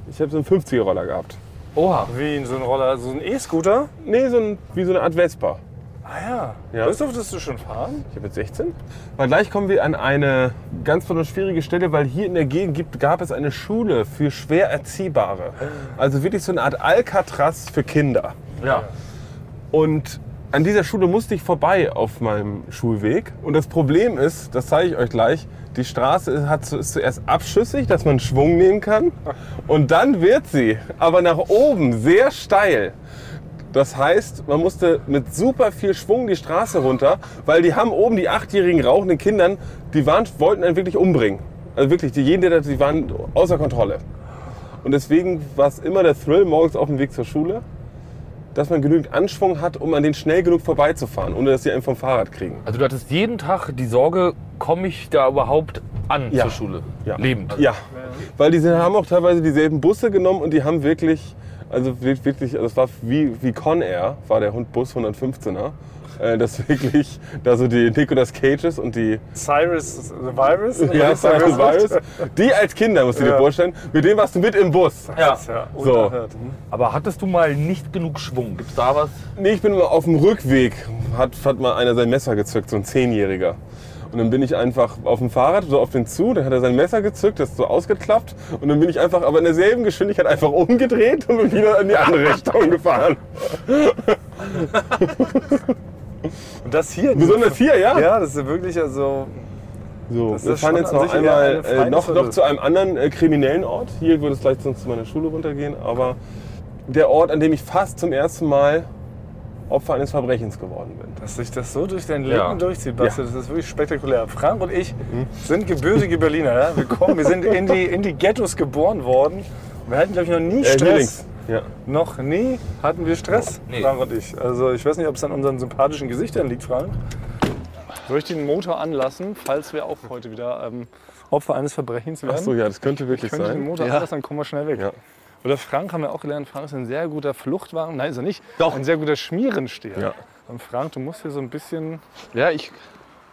[SPEAKER 5] Ich habe so einen 50er-Roller gehabt.
[SPEAKER 4] Oha.
[SPEAKER 3] Wie in so ein Roller, so ein E-Scooter?
[SPEAKER 5] Nee, so ein, wie so eine Art Vespa.
[SPEAKER 3] Ah ja.
[SPEAKER 5] Ja.
[SPEAKER 3] Das durftest du schon fahren?
[SPEAKER 5] Ich habe jetzt 16. Weil gleich kommen wir an eine ganz besonders schwierige Stelle, weil hier in der Gegend gibt, gab es eine Schule für schwer Erziehbare. Also wirklich so eine Art Alcatraz für Kinder.
[SPEAKER 4] Ja.
[SPEAKER 5] Und an dieser Schule musste ich vorbei auf meinem Schulweg. Und das Problem ist, das zeige ich euch gleich, die Straße ist- hat, zu- ist zuerst abschüssig, dass man Schwung nehmen kann. Und dann wird sie aber nach oben sehr steil. Das heißt, man musste mit super viel Schwung die Straße runter, weil die haben oben die achtjährigen rauchenden Kindern, die waren, wollten einen wirklich umbringen. Also wirklich, die, jeden, der, da- die waren außer Kontrolle. Und deswegen war es immer der Thrill morgens auf dem Weg zur Schule dass man genügend Anschwung hat, um an denen schnell genug vorbeizufahren, ohne dass sie einen vom Fahrrad kriegen.
[SPEAKER 4] Also du hattest jeden Tag die Sorge, komme ich da überhaupt an
[SPEAKER 5] Ja.
[SPEAKER 4] zur Schule?
[SPEAKER 5] Ja.
[SPEAKER 4] Lebend.
[SPEAKER 5] Ja, weil die sind- haben auch teilweise dieselben Busse genommen und die haben wirklich, Also wir- wirklich, also es war wie, wie Con Air, war der Hund Bus 115er. Äh, Dass wirklich da so die Nicolas Cages und die
[SPEAKER 3] Cyrus the Virus?
[SPEAKER 5] ja, Cyrus
[SPEAKER 3] Virus?
[SPEAKER 5] Virus, die als Kinder, musst du dir
[SPEAKER 3] Ja.
[SPEAKER 5] vorstellen, mit denen warst du mit im Bus.
[SPEAKER 3] Ja. Das ist ja
[SPEAKER 5] So.
[SPEAKER 3] unerhört. Hm?
[SPEAKER 4] Aber hattest du mal nicht genug Schwung? Gibt's da was?
[SPEAKER 5] Nee, ich bin mal auf dem Rückweg, hat, hat mal einer sein Messer gezückt, so ein Zehnjähriger. Und dann bin ich einfach auf dem Fahrrad, so auf den zu, dann hat er sein Messer gezückt, das ist so ausgeklappt. Und dann bin ich einfach, aber in derselben Geschwindigkeit einfach umgedreht und bin wieder in die andere Richtung gefahren.
[SPEAKER 3] Und das hier?
[SPEAKER 5] Besonders hier, ja?
[SPEAKER 3] Ja, das ist wirklich also.
[SPEAKER 5] So,
[SPEAKER 3] das
[SPEAKER 5] wir
[SPEAKER 3] ist
[SPEAKER 5] fahren
[SPEAKER 3] schon
[SPEAKER 5] jetzt
[SPEAKER 3] an
[SPEAKER 5] noch
[SPEAKER 3] sich eher
[SPEAKER 5] einmal
[SPEAKER 3] eine
[SPEAKER 5] äh,
[SPEAKER 3] feine
[SPEAKER 5] noch,
[SPEAKER 3] Viertel.
[SPEAKER 5] noch zu einem anderen äh, kriminellen Ort. Hier würde es gleich sonst zu meiner Schule runtergehen, aber der Ort, an dem ich fast zum ersten Mal Opfer eines Verbrechens geworden bin.
[SPEAKER 3] Dass sich das so durch dein Leben
[SPEAKER 4] Ja.
[SPEAKER 3] durchzieht, Basti, das ist wirklich spektakulär. Frank und ich
[SPEAKER 5] Hm?
[SPEAKER 3] sind gebürtige Berliner. Ja? Wir kommen, wir sind in die, in die Ghettos geboren worden. Wir hatten, glaube ich, noch nie
[SPEAKER 5] Äh, hier
[SPEAKER 3] Stress.
[SPEAKER 5] links. Ja.
[SPEAKER 3] noch nie hatten wir Stress,
[SPEAKER 4] Nee.
[SPEAKER 3] Frank und ich. Also ich weiß nicht, ob es an unseren sympathischen Gesichtern liegt, Frank. Soll ich den Motor anlassen, falls wir auch heute wieder ähm, Opfer eines Verbrechens werden?
[SPEAKER 5] Ach so, ja, das könnte wirklich
[SPEAKER 3] Könnte ich den
[SPEAKER 5] sein.
[SPEAKER 3] Motor anlassen, dann kommen wir schnell weg.
[SPEAKER 5] Ja.
[SPEAKER 3] Oder Frank haben wir auch gelernt, Frank ist ein sehr guter Fluchtwagen. Nein, ist er nicht. Doch. Ein sehr guter Schmierensteher.
[SPEAKER 5] Ja.
[SPEAKER 3] Und Frank, du musst hier so ein bisschen,
[SPEAKER 4] Ja, ich,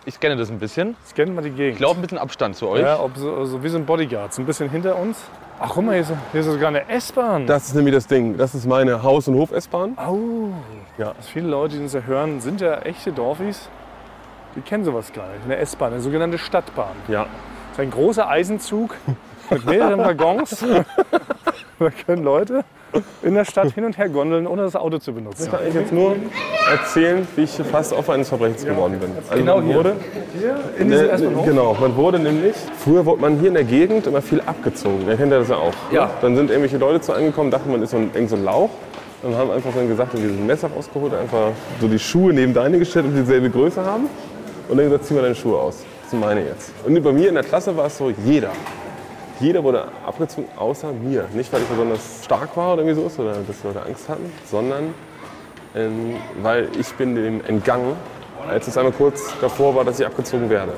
[SPEAKER 4] ich scanne das ein bisschen.
[SPEAKER 3] scann mal die Gegend.
[SPEAKER 4] Ich glaube, ein bisschen Abstand zu euch.
[SPEAKER 3] ja, ob so, so wie so ein Bodyguard, so ein bisschen hinter uns. Ach, guck mal, hier ist, hier ist sogar eine S-Bahn.
[SPEAKER 5] Das ist nämlich das Ding. Das ist meine Haus- und Hof-S-Bahn.
[SPEAKER 3] Au. Ja. Viele Leute, die uns ja hören, sind ja echte Dorfis. Die kennen sowas gar nicht. Eine S-Bahn, eine sogenannte Stadtbahn.
[SPEAKER 5] Ja.
[SPEAKER 3] Das ist ein großer Eisenzug mit mehreren Waggons. da können Leute in der Stadt hin und her gondeln, ohne das Auto zu benutzen.
[SPEAKER 5] Kann ich jetzt nur erzählen, wie ich fast Opfer eines Verbrechens geworden bin. Also
[SPEAKER 3] genau
[SPEAKER 5] man
[SPEAKER 3] hier.
[SPEAKER 5] wurde,
[SPEAKER 3] In
[SPEAKER 5] ne,
[SPEAKER 3] diesem S-Bahnhof.
[SPEAKER 5] genau, man wurde nämlich, früher wurde man hier in der Gegend immer viel abgezogen. Ihr kennt ja das ja auch. ne?
[SPEAKER 4] Ja.
[SPEAKER 5] Dann sind irgendwelche Leute zu angekommen, dachten, man ist so ein, irgend so ein Lauch. Und haben einfach dann gesagt, wir sind ein Messer rausgeholt, einfach so die Schuhe neben deine gestellt und dieselbe Größe haben. Und dann gesagt, zieh mal deine Schuhe aus. Das sind meine jetzt. Und bei mir in der Klasse war es so, jeder. Jeder wurde abgezogen, außer mir. Nicht, weil ich besonders stark war oder irgendwie sowas oder dass Leute Angst hatten, sondern ähm, weil ich bin dem entgangen, als es einmal kurz davor war, dass ich abgezogen werde.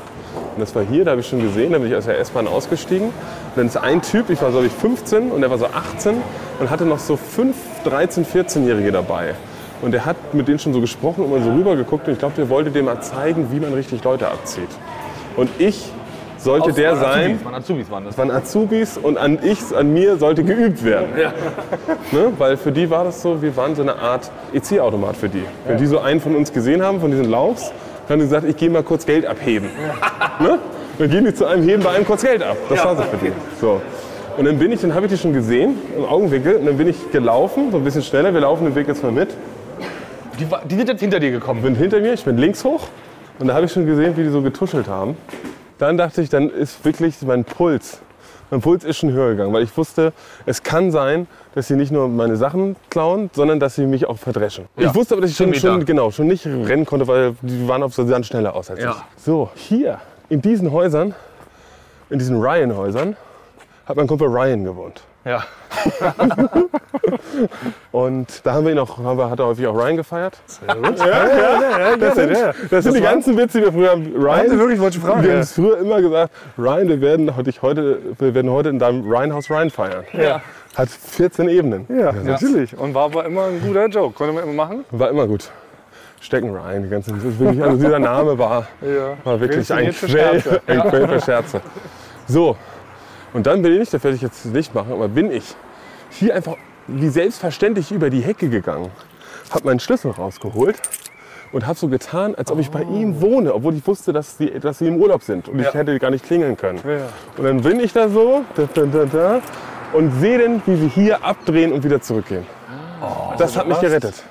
[SPEAKER 5] Und das war hier, da habe ich schon gesehen, da bin ich aus der S-Bahn ausgestiegen. Und dann ist ein Typ, ich war glaube ich 15 und der war so 18 und hatte noch so 5, 13, 14-Jährige dabei. Und der hat mit denen schon so gesprochen und mal so rübergeguckt und ich glaube, der wollte dem mal zeigen, wie man richtig Leute abzieht. Und ich sollte
[SPEAKER 4] Aus-
[SPEAKER 5] der
[SPEAKER 4] waren
[SPEAKER 5] sein,
[SPEAKER 4] Azubis, waren Azubis waren das.
[SPEAKER 5] waren Azubis und an ich, an mir sollte geübt werden. Ne? Weil für die war das so, wir waren so eine Art EC-Automat für die. Wenn die so einen von uns gesehen haben, von diesen Lauchs, dann haben die gesagt, ich gehe mal kurz Geld abheben. ne? Dann gehen die zu einem, heben bei einem kurz Geld ab. Das war so für die. So. Und dann bin ich, dann habe ich die schon gesehen, im Augenwinkel, und dann bin ich gelaufen, so ein bisschen schneller, wir laufen den Weg jetzt mal mit.
[SPEAKER 4] Die, wa- die sind jetzt hinter dir gekommen.
[SPEAKER 5] Bin hinter mir, ich bin links hoch und da habe ich schon gesehen, wie die so getuschelt haben. Dann dachte ich, dann ist wirklich mein Puls, mein Puls ist schon höher gegangen, weil ich wusste, es kann sein, dass sie nicht nur meine Sachen klauen, sondern dass sie mich auch verdreschen.
[SPEAKER 4] Ja.
[SPEAKER 5] Ich wusste aber, dass ich schon,
[SPEAKER 4] Kilometer.
[SPEAKER 5] schon, genau, schon nicht rennen konnte, weil die waren auf so Sand schneller aus als
[SPEAKER 4] Ja.
[SPEAKER 5] ich. So, hier in diesen Häusern, in diesen Ryan-Häusern, hat mein Kumpel Ryan gewohnt.
[SPEAKER 4] Ja.
[SPEAKER 5] Und da haben wir ihn auch, haben wir, hat er häufig auch Ryan gefeiert.
[SPEAKER 3] das
[SPEAKER 5] sind, das sind die ganzen Witze, die wir früher haben. Ryan,
[SPEAKER 3] Sie wirklich, wollte ich fragen,
[SPEAKER 5] Wir
[SPEAKER 3] ja.
[SPEAKER 5] haben es früher immer gesagt, Ryan, wir werden heute- dich heute, wir werden heute in deinem Ryan-Haus Ryan feiern.
[SPEAKER 3] Ja.
[SPEAKER 5] Hat 14 Ebenen.
[SPEAKER 3] Ja, natürlich. Und war aber immer ein guter Joke. Konnte man immer machen.
[SPEAKER 5] War immer gut. Stecken Ryan, die ganzen, das ist wirklich, also dieser Name war,
[SPEAKER 3] Ja.
[SPEAKER 5] war Ah, wirklich ein
[SPEAKER 3] Prädestiniert für
[SPEAKER 5] Quell,
[SPEAKER 3] Scherze.
[SPEAKER 5] ein Quell für Scherze. So, und dann bin ich, das werde ich jetzt nicht machen, aber bin ich hier einfach wie selbstverständlich über die Hecke gegangen, habe meinen Schlüssel rausgeholt und habe so getan, als ob ich bei
[SPEAKER 3] Oh.
[SPEAKER 5] ihm wohne, obwohl ich wusste, dass, die, dass sie im Urlaub sind und ich hätte gar nicht klingeln können. Und dann bin ich da so da, da, da, da, und sehe dann, wie sie hier abdrehen und wieder zurückgehen.
[SPEAKER 3] Ah.
[SPEAKER 5] Oh,
[SPEAKER 3] Also
[SPEAKER 5] das hat mich gerettet.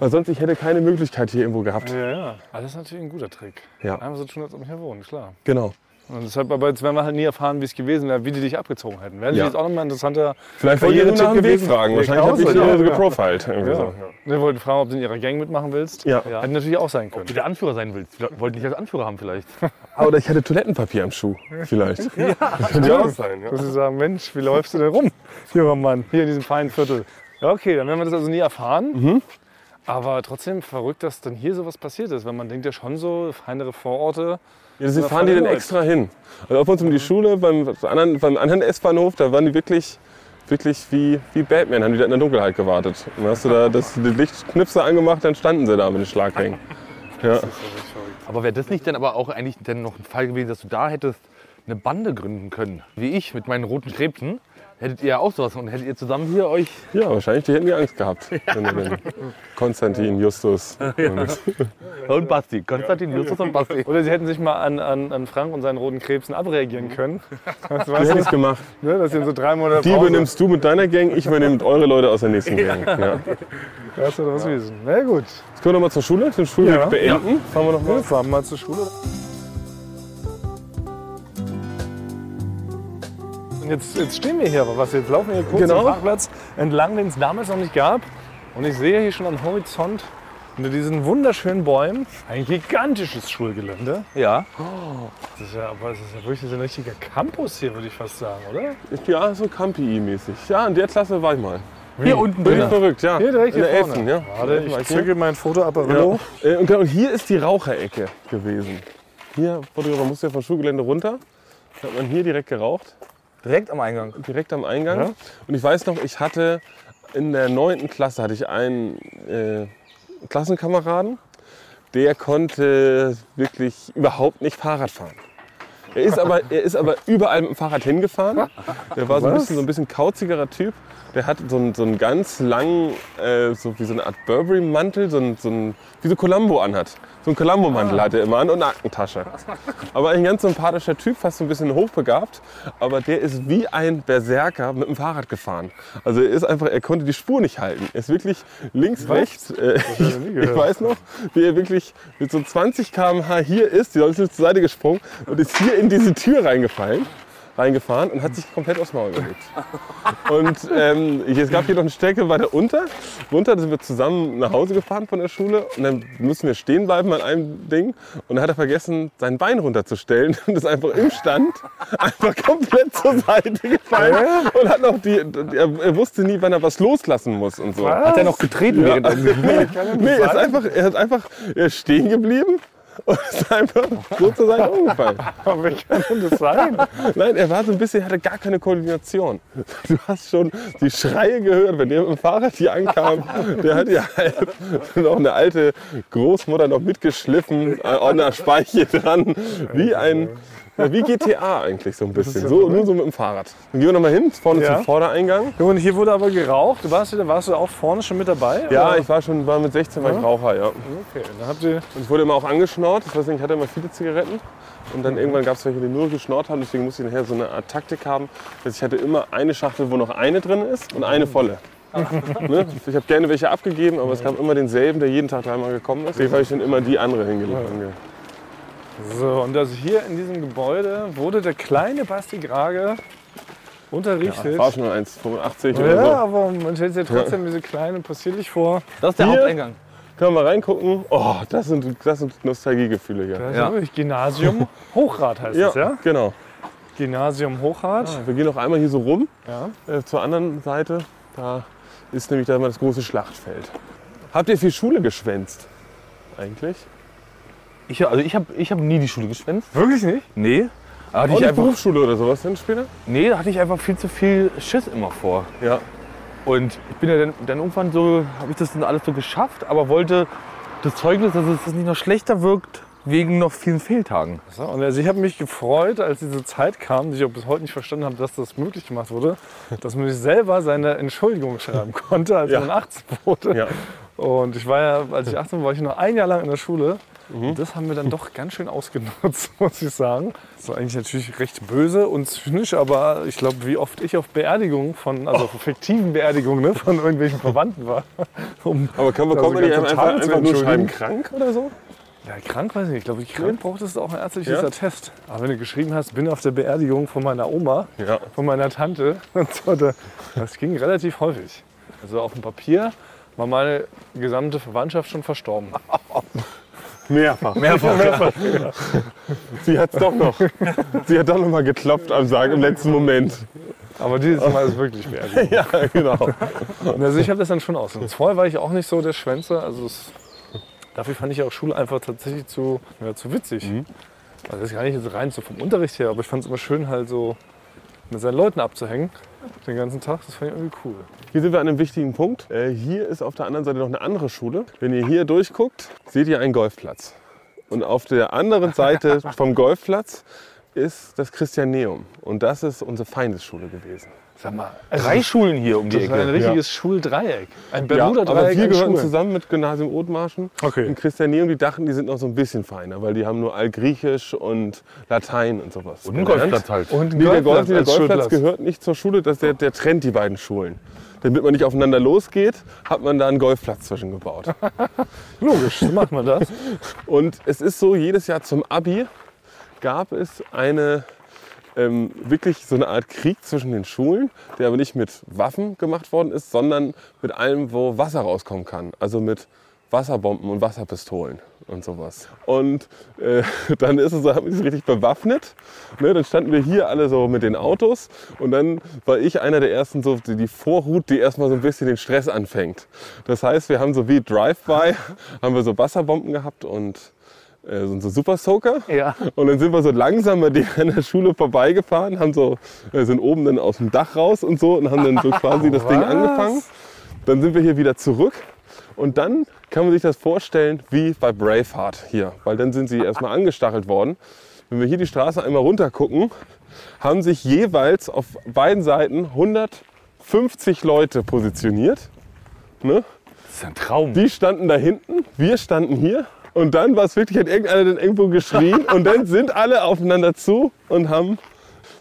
[SPEAKER 5] Weil sonst ich hätte keine Möglichkeit hier irgendwo gehabt.
[SPEAKER 3] Oh. Ja, ja. Aber Ah, das ist natürlich ein guter Trick.
[SPEAKER 5] Ja.
[SPEAKER 3] Einfach so tun, als ob wir um hier wohnen, klar.
[SPEAKER 5] Genau.
[SPEAKER 3] Und deshalb, aber jetzt werden wir halt nie erfahren, wie es gewesen wäre, wie die dich abgezogen hätten. Wäre natürlich
[SPEAKER 5] Ja.
[SPEAKER 3] jetzt auch nochmal ein interessanter
[SPEAKER 5] Vielleicht war ihr
[SPEAKER 3] Karriere-Tipp
[SPEAKER 5] nur nach dem Weg fragen.
[SPEAKER 3] Ja,
[SPEAKER 5] Wahrscheinlich
[SPEAKER 3] genau
[SPEAKER 5] habe ich
[SPEAKER 3] so, ja.
[SPEAKER 5] sie so geprofiled. Irgendwie so.
[SPEAKER 3] Wir wollten fragen, ob du in ihrer Gang mitmachen willst.
[SPEAKER 5] Ja.
[SPEAKER 3] Hätte natürlich auch sein können.
[SPEAKER 4] Wie der Anführer sein willst. Wir wollten dich als Anführer haben vielleicht.
[SPEAKER 5] Ah, Oder ich hatte Toilettenpapier am Schuh. Vielleicht. Ja. Das könnte ja auch sein.
[SPEAKER 4] ne?
[SPEAKER 5] Ja.
[SPEAKER 3] Dass sie sagen, Mensch, wie läufst du denn rum, junger Mann, hier in diesem feinen Viertel? Ja, okay, dann werden wir das also nie erfahren.
[SPEAKER 5] Mhm.
[SPEAKER 3] Aber trotzdem verrückt, dass dann hier sowas passiert ist, weil man denkt ja schon so, feinere Vororte.
[SPEAKER 5] Ja, deswegen fahren die dann extra hin. Also auf uns um die Schule, beim beim anderen, beim anderen S-Bahnhof, da waren die wirklich wirklich wie, wie Batman, haben die da in der Dunkelheit gewartet. Und dann hast du da das, die Lichtknipse angemacht, dann standen sie da mit den Schlaghängen. Ja.
[SPEAKER 4] Aber wäre das nicht dann aber auch eigentlich dann noch ein Fall gewesen, dass du da hättest eine Bande gründen können? Wie ich mit meinen roten Krebsen. Hättet ihr ja auch sowas und hättet ihr zusammen hier euch.
[SPEAKER 5] ja, wahrscheinlich die hätten die Angst gehabt. Wenn du den Konstantin, Justus. Und
[SPEAKER 4] Und Basti. Konstantin, Justus und Basti.
[SPEAKER 3] Oder sie hätten sich mal an, an, an Frank und seinen roten Krebsen abreagieren können. Das
[SPEAKER 5] die
[SPEAKER 3] weißt
[SPEAKER 5] hätten
[SPEAKER 3] du,
[SPEAKER 5] es gemacht.
[SPEAKER 3] ne? dass sie in so drei Monate
[SPEAKER 5] Die
[SPEAKER 3] Pause-
[SPEAKER 5] übernimmst du mit deiner Gang, ich übernehme mit eure Leute aus der nächsten Gang. Ja.
[SPEAKER 3] Das oder was wissen. Na gut,
[SPEAKER 5] Jetzt können wir noch mal zur Schule, den Schulweg
[SPEAKER 3] Ja.
[SPEAKER 5] beenden. Fahren wir noch mal.
[SPEAKER 3] wir fahren mal zur Schule. Und jetzt, jetzt stehen wir hier, aber was jetzt laufen wir hier kurz
[SPEAKER 5] Genau.
[SPEAKER 3] den Parkplatz entlang, den es damals noch nicht gab. Und ich sehe hier schon am Horizont unter diesen wunderschönen Bäumen ein gigantisches Schulgelände. Oh,
[SPEAKER 4] Ja.
[SPEAKER 3] Das ist ja, aber das ist ja wirklich so ein richtiger Campus hier, würde ich fast sagen, oder?
[SPEAKER 5] Ja, so Campi-mäßig. Ja, in der Klasse war ich mal.
[SPEAKER 4] Hier unten
[SPEAKER 5] Bin ich
[SPEAKER 4] drin.
[SPEAKER 5] verrückt, Genau. ja.
[SPEAKER 3] Hier direkt
[SPEAKER 5] in der
[SPEAKER 3] hier vorne.
[SPEAKER 5] 11. Ja.
[SPEAKER 3] Warte,
[SPEAKER 5] ich
[SPEAKER 3] ich
[SPEAKER 5] zücke
[SPEAKER 3] zücke mein
[SPEAKER 5] Ja.
[SPEAKER 3] Fotoapparat.
[SPEAKER 5] Äh, Und genau, hier ist die Raucherecke gewesen. Hier, Rodrigo, man muss ja vom Schulgelände runter. Da hat man hier direkt geraucht,
[SPEAKER 4] Direkt am Eingang.
[SPEAKER 5] direkt am Eingang. Und ich weiß noch, ich hatte in der 9. Klasse hatte ich einen äh, Klassenkameraden, der konnte wirklich überhaupt nicht Fahrrad fahren. Er ist aber, er ist aber überall mit dem Fahrrad hingefahren. Der war so ein, bisschen, so ein bisschen kauzigerer Typ. Der hat so einen, so einen ganz langen, äh, so wie so eine Art Burberry-Mantel, so einen, so einen, wie so Columbo anhat. So einen Columbo-Mantel hat er immer an und eine Aktentasche. Aber ein ganz sympathischer Typ, fast so ein bisschen hochbegabt. Aber der ist wie ein Berserker mit dem Fahrrad gefahren. Also er ist einfach, er konnte die Spur nicht halten. Er ist wirklich links, rechts. Äh, ich weiß noch, wie er wirklich mit so 20 km/h hier ist, die Leute sind zur Seite gesprungen und ist hier in diese Tür reingefallen reingefahren und hat sich komplett aufs Maul gelegt. Und ähm, ich- es gab hier noch eine Strecke weiter unter. Runter da sind wir zusammen nach Hause gefahren von der Schule und dann mussten wir stehen bleiben an einem Ding. Und dann hat er vergessen, sein Bein runterzustellen und ist einfach im Stand einfach komplett zur Seite gefallen. Und hat noch die, er, er wusste nie, wann er was loslassen muss und so.
[SPEAKER 4] Hat er noch getreten während er-
[SPEAKER 5] Nee, er, ist einfach, er hat einfach er ist stehen geblieben und ist einfach so zur Seite umgefallen.
[SPEAKER 3] Aber wie kann denn das sein?
[SPEAKER 5] Nein, er war so ein bisschen, hatte gar keine Koordination. Du hast schon die Schreie gehört, wenn der mit dem Fahrrad hier ankam. Der hat ja halb noch eine alte Großmutter noch mitgeschliffen, äh, an der Speiche dran. Wie ein, ja, wie GTA eigentlich so ein bisschen. So, nur so mit dem Fahrrad. Dann gehen wir nochmal hin, vorne
[SPEAKER 3] Ja.
[SPEAKER 5] zum Vordereingang.
[SPEAKER 3] Und hier wurde aber geraucht. Du warst, warst du auch vorne schon mit dabei?
[SPEAKER 5] Ja,
[SPEAKER 3] Oder?
[SPEAKER 5] ich war schon war mit 16 war ich Raucher, ja.
[SPEAKER 3] Okay, dann habt ihr.
[SPEAKER 5] Und ich wurde immer auch angeschnort. Ich weiß nicht, ich hatte immer viele Zigaretten. Und dann irgendwann gab es welche, die nur geschnort haben. Deswegen musste ich nachher so eine Art Taktik haben, dass ich hatte immer eine Schachtel, wo noch eine drin ist und eine volle. ne? Ich habe gerne welche abgegeben, aber es gab immer denselben, der jeden Tag dreimal gekommen ist. Deswegen habe ich dann immer die andere hingelegt.
[SPEAKER 3] So, und also hier in diesem Gebäude wurde der kleine Basti Grage unterrichtet.
[SPEAKER 5] War schon
[SPEAKER 3] Ja,
[SPEAKER 5] 1,85 oder so.
[SPEAKER 3] aber man stellt sich ja trotzdem diese kleine possierlich vor.
[SPEAKER 4] Das ist der
[SPEAKER 5] Hier?
[SPEAKER 4] Haupteingang.
[SPEAKER 5] Können wir mal reingucken? Oh, das sind, das sind Nostalgiegefühle hier.
[SPEAKER 3] Das
[SPEAKER 4] Ja.
[SPEAKER 3] ist wirklich Gymnasium Hochrad heißt es, ja?
[SPEAKER 5] genau.
[SPEAKER 3] Gymnasium Hochrad.
[SPEAKER 5] Wir gehen noch einmal hier so rum
[SPEAKER 3] Ja.
[SPEAKER 5] äh, zur anderen Seite. Da ist nämlich da immer das große Schlachtfeld. Habt ihr viel Schule geschwänzt? Eigentlich?
[SPEAKER 4] Ich, also ich habe ich hab nie die Schule geschwänzt.
[SPEAKER 3] Wirklich nicht?
[SPEAKER 4] Nee. Da Hatte
[SPEAKER 5] Auch
[SPEAKER 4] ich
[SPEAKER 5] nicht
[SPEAKER 4] einfach,
[SPEAKER 5] Berufsschule oder sowas dann später?
[SPEAKER 4] nee, da hatte ich einfach viel zu viel Schiss immer vor.
[SPEAKER 5] Ja.
[SPEAKER 4] Und ich bin ja dann, dann irgendwann so, habe ich das dann alles so geschafft, aber wollte das Zeugnis, dass es das nicht noch schlechter wirkt, wegen noch vielen Fehltagen.
[SPEAKER 3] So, und also ich habe mich gefreut, als diese Zeit kam, die ich auch bis heute nicht verstanden habe, dass das möglich gemacht wurde, dass man sich selber seine Entschuldigung schreiben konnte, als
[SPEAKER 5] Ja.
[SPEAKER 3] man 18 wurde.
[SPEAKER 5] Ja.
[SPEAKER 3] Und ich war ja, als ich 18 war, war ich nur ein Jahr lang in der Schule.
[SPEAKER 5] Mhm.
[SPEAKER 3] Und das haben wir dann doch ganz schön ausgenutzt, muss ich sagen. Das war eigentlich natürlich recht böse und zynisch, aber ich glaube, wie oft ich auf Beerdigungen von, also auf fiktiven Beerdigungen ne, von irgendwelchen Verwandten war. Um,
[SPEAKER 5] Aber kann man
[SPEAKER 3] Also
[SPEAKER 5] also nicht
[SPEAKER 3] ganz
[SPEAKER 5] einfach,
[SPEAKER 3] total zu
[SPEAKER 5] einfach nur
[SPEAKER 3] entschuldigen.
[SPEAKER 5] schreiben, krank oder so?
[SPEAKER 3] ja, krank weiß ich nicht. Ich glaube, krank brauchtest du auch ein ärztliches
[SPEAKER 5] Ja?
[SPEAKER 3] Attest. Aber wenn du geschrieben hast, bin auf der Beerdigung von meiner Oma,
[SPEAKER 5] Ja.
[SPEAKER 3] von meiner Tante. Und so, da- das ging relativ häufig. Also auf dem Papier war meine gesamte Verwandtschaft schon verstorben.
[SPEAKER 5] Mehrfach.
[SPEAKER 4] Mehrfach.
[SPEAKER 5] Sie hat's doch noch. Sie hat doch noch mal geklopft am Sarg im letzten Moment.
[SPEAKER 3] Aber dieses Mal ist wirklich Beerdigung.
[SPEAKER 5] Ja, genau.
[SPEAKER 3] Also ich habe das dann schon ausgenutzt. Vorher war ich auch nicht so der Schwänzer. Also es, dafür fand ich auch Schule einfach tatsächlich zu, ja, zu witzig. Also das ist gar nicht jetzt rein so vom Unterricht her, aber ich fand es immer schön halt so mit seinen Leuten abzuhängen den ganzen Tag. Das fand ich irgendwie cool.
[SPEAKER 5] Hier sind wir an einem wichtigen Punkt. Äh, hier ist auf der anderen Seite noch eine andere Schule. Wenn ihr hier durchguckt, seht ihr einen Golfplatz. Und auf der anderen Seite vom Golfplatz ist das Christianeum. Und das ist unsere Feindesschule gewesen.
[SPEAKER 3] Sag mal,
[SPEAKER 4] Drei Schulen hier um die
[SPEAKER 3] das ist ein
[SPEAKER 4] Ecke.
[SPEAKER 3] richtiges Schuldreieck. Ein
[SPEAKER 5] aber
[SPEAKER 3] Bermuda-Dreieck
[SPEAKER 5] wir
[SPEAKER 3] an
[SPEAKER 5] gehörten
[SPEAKER 3] Schulen.
[SPEAKER 5] zusammen mit Gymnasium Othmarschen
[SPEAKER 3] Okay.
[SPEAKER 5] im Christianeum. Die dachten, die sind noch so ein bisschen feiner, weil die haben nur Altgriechisch und Latein und sowas.
[SPEAKER 4] Und ein Golfplatz halt.
[SPEAKER 3] Und ein
[SPEAKER 5] Nee, der Golf,
[SPEAKER 3] Golfplatz
[SPEAKER 5] der
[SPEAKER 3] als
[SPEAKER 5] Golfplatz
[SPEAKER 3] Schulplatz.
[SPEAKER 5] gehört nicht zur Schule, das, der, der trennt die beiden Schulen. Damit man nicht aufeinander losgeht, hat man da einen Golfplatz zwischengebaut.
[SPEAKER 3] Logisch, so macht man das.
[SPEAKER 5] Und es ist so, jedes Jahr zum Abi gab es eine ähm, wirklich so eine Art Krieg zwischen den Schulen, der aber nicht mit Waffen gemacht worden ist, sondern mit allem, wo Wasser rauskommen kann. Also mit Wasserbomben und Wasserpistolen und sowas. Und äh, dann ist es, so, haben die sich richtig bewaffnet. Ne, dann standen wir hier alle so mit den Autos und dann war ich einer der ersten, so die, die Vorhut, die erstmal so ein bisschen den Stress anfängt. Das heißt, wir haben so wie Drive-By, haben wir so Wasserbomben gehabt und äh, so so Super Soaker.
[SPEAKER 3] Ja.
[SPEAKER 5] Und dann sind wir so langsam bei denen an der Schule vorbeigefahren, haben so, äh, sind oben dann aus dem Dach raus und so und haben dann so quasi das Ding angefangen. Dann sind wir hier wieder zurück. Und dann kann man sich das vorstellen wie bei Braveheart hier, weil dann sind sie erstmal angestachelt worden. Wenn wir hier die Straße einmal runter gucken, haben sich jeweils auf beiden Seiten 150 Leute positioniert. Ne?
[SPEAKER 4] Das ist ein Traum.
[SPEAKER 5] Die standen da hinten, wir standen hier. Und dann war es wirklich, hat irgendeiner dann irgendwo geschrien. und dann sind alle aufeinander zu und haben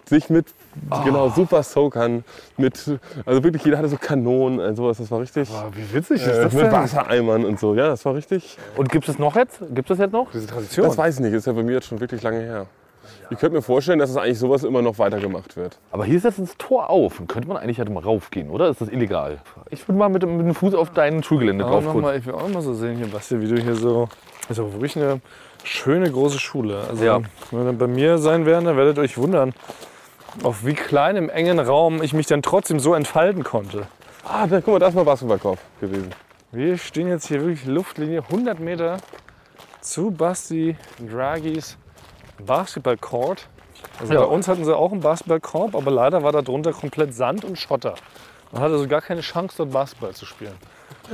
[SPEAKER 5] sich mit
[SPEAKER 3] Ah.
[SPEAKER 5] genau super Soakern, mit, also wirklich jeder hatte so Kanonen und sowas. Das war richtig.
[SPEAKER 3] Ah, wie witzig ist
[SPEAKER 5] äh,
[SPEAKER 3] das
[SPEAKER 5] mit
[SPEAKER 3] denn?
[SPEAKER 5] Wassereimern und so, ja, das war richtig.
[SPEAKER 4] Und gibt es noch jetzt? Gibt es jetzt noch?
[SPEAKER 3] Diese Tradition.
[SPEAKER 5] Das weiß ich nicht, ist ja bei mir jetzt schon wirklich lange her. Ich könnte mir vorstellen, dass es eigentlich sowas immer noch weitergemacht wird.
[SPEAKER 4] Aber hier ist jetzt das Tor auf. Und könnte man eigentlich halt mal raufgehen, oder? Ist das illegal? Ich würde mal mit, mit dem Fuß auf dein Schulgelände
[SPEAKER 3] auch noch
[SPEAKER 4] draufgucken.
[SPEAKER 3] mal, ich will auch noch mal so sehen hier, Basti, wie du hier so. Also wirklich eine schöne große Schule. Also
[SPEAKER 4] Ja.
[SPEAKER 3] wenn ihr dann bei mir sein werden, dann werdet ihr euch wundern, auf wie kleinem engen Raum ich mich dann trotzdem so entfalten konnte.
[SPEAKER 5] Ah, da, guck mal, da ist mal Basketballkorb gewesen.
[SPEAKER 3] Wir stehen jetzt hier wirklich Luftlinie 100 Meter zu Basti Draghis Basketballcourt. Also
[SPEAKER 4] Ja.
[SPEAKER 3] bei uns hatten sie auch einen Basketballkorb, aber leider war da drunter komplett Sand und Schotter. Man hatte so gar keine Chance, dort Basketball zu spielen.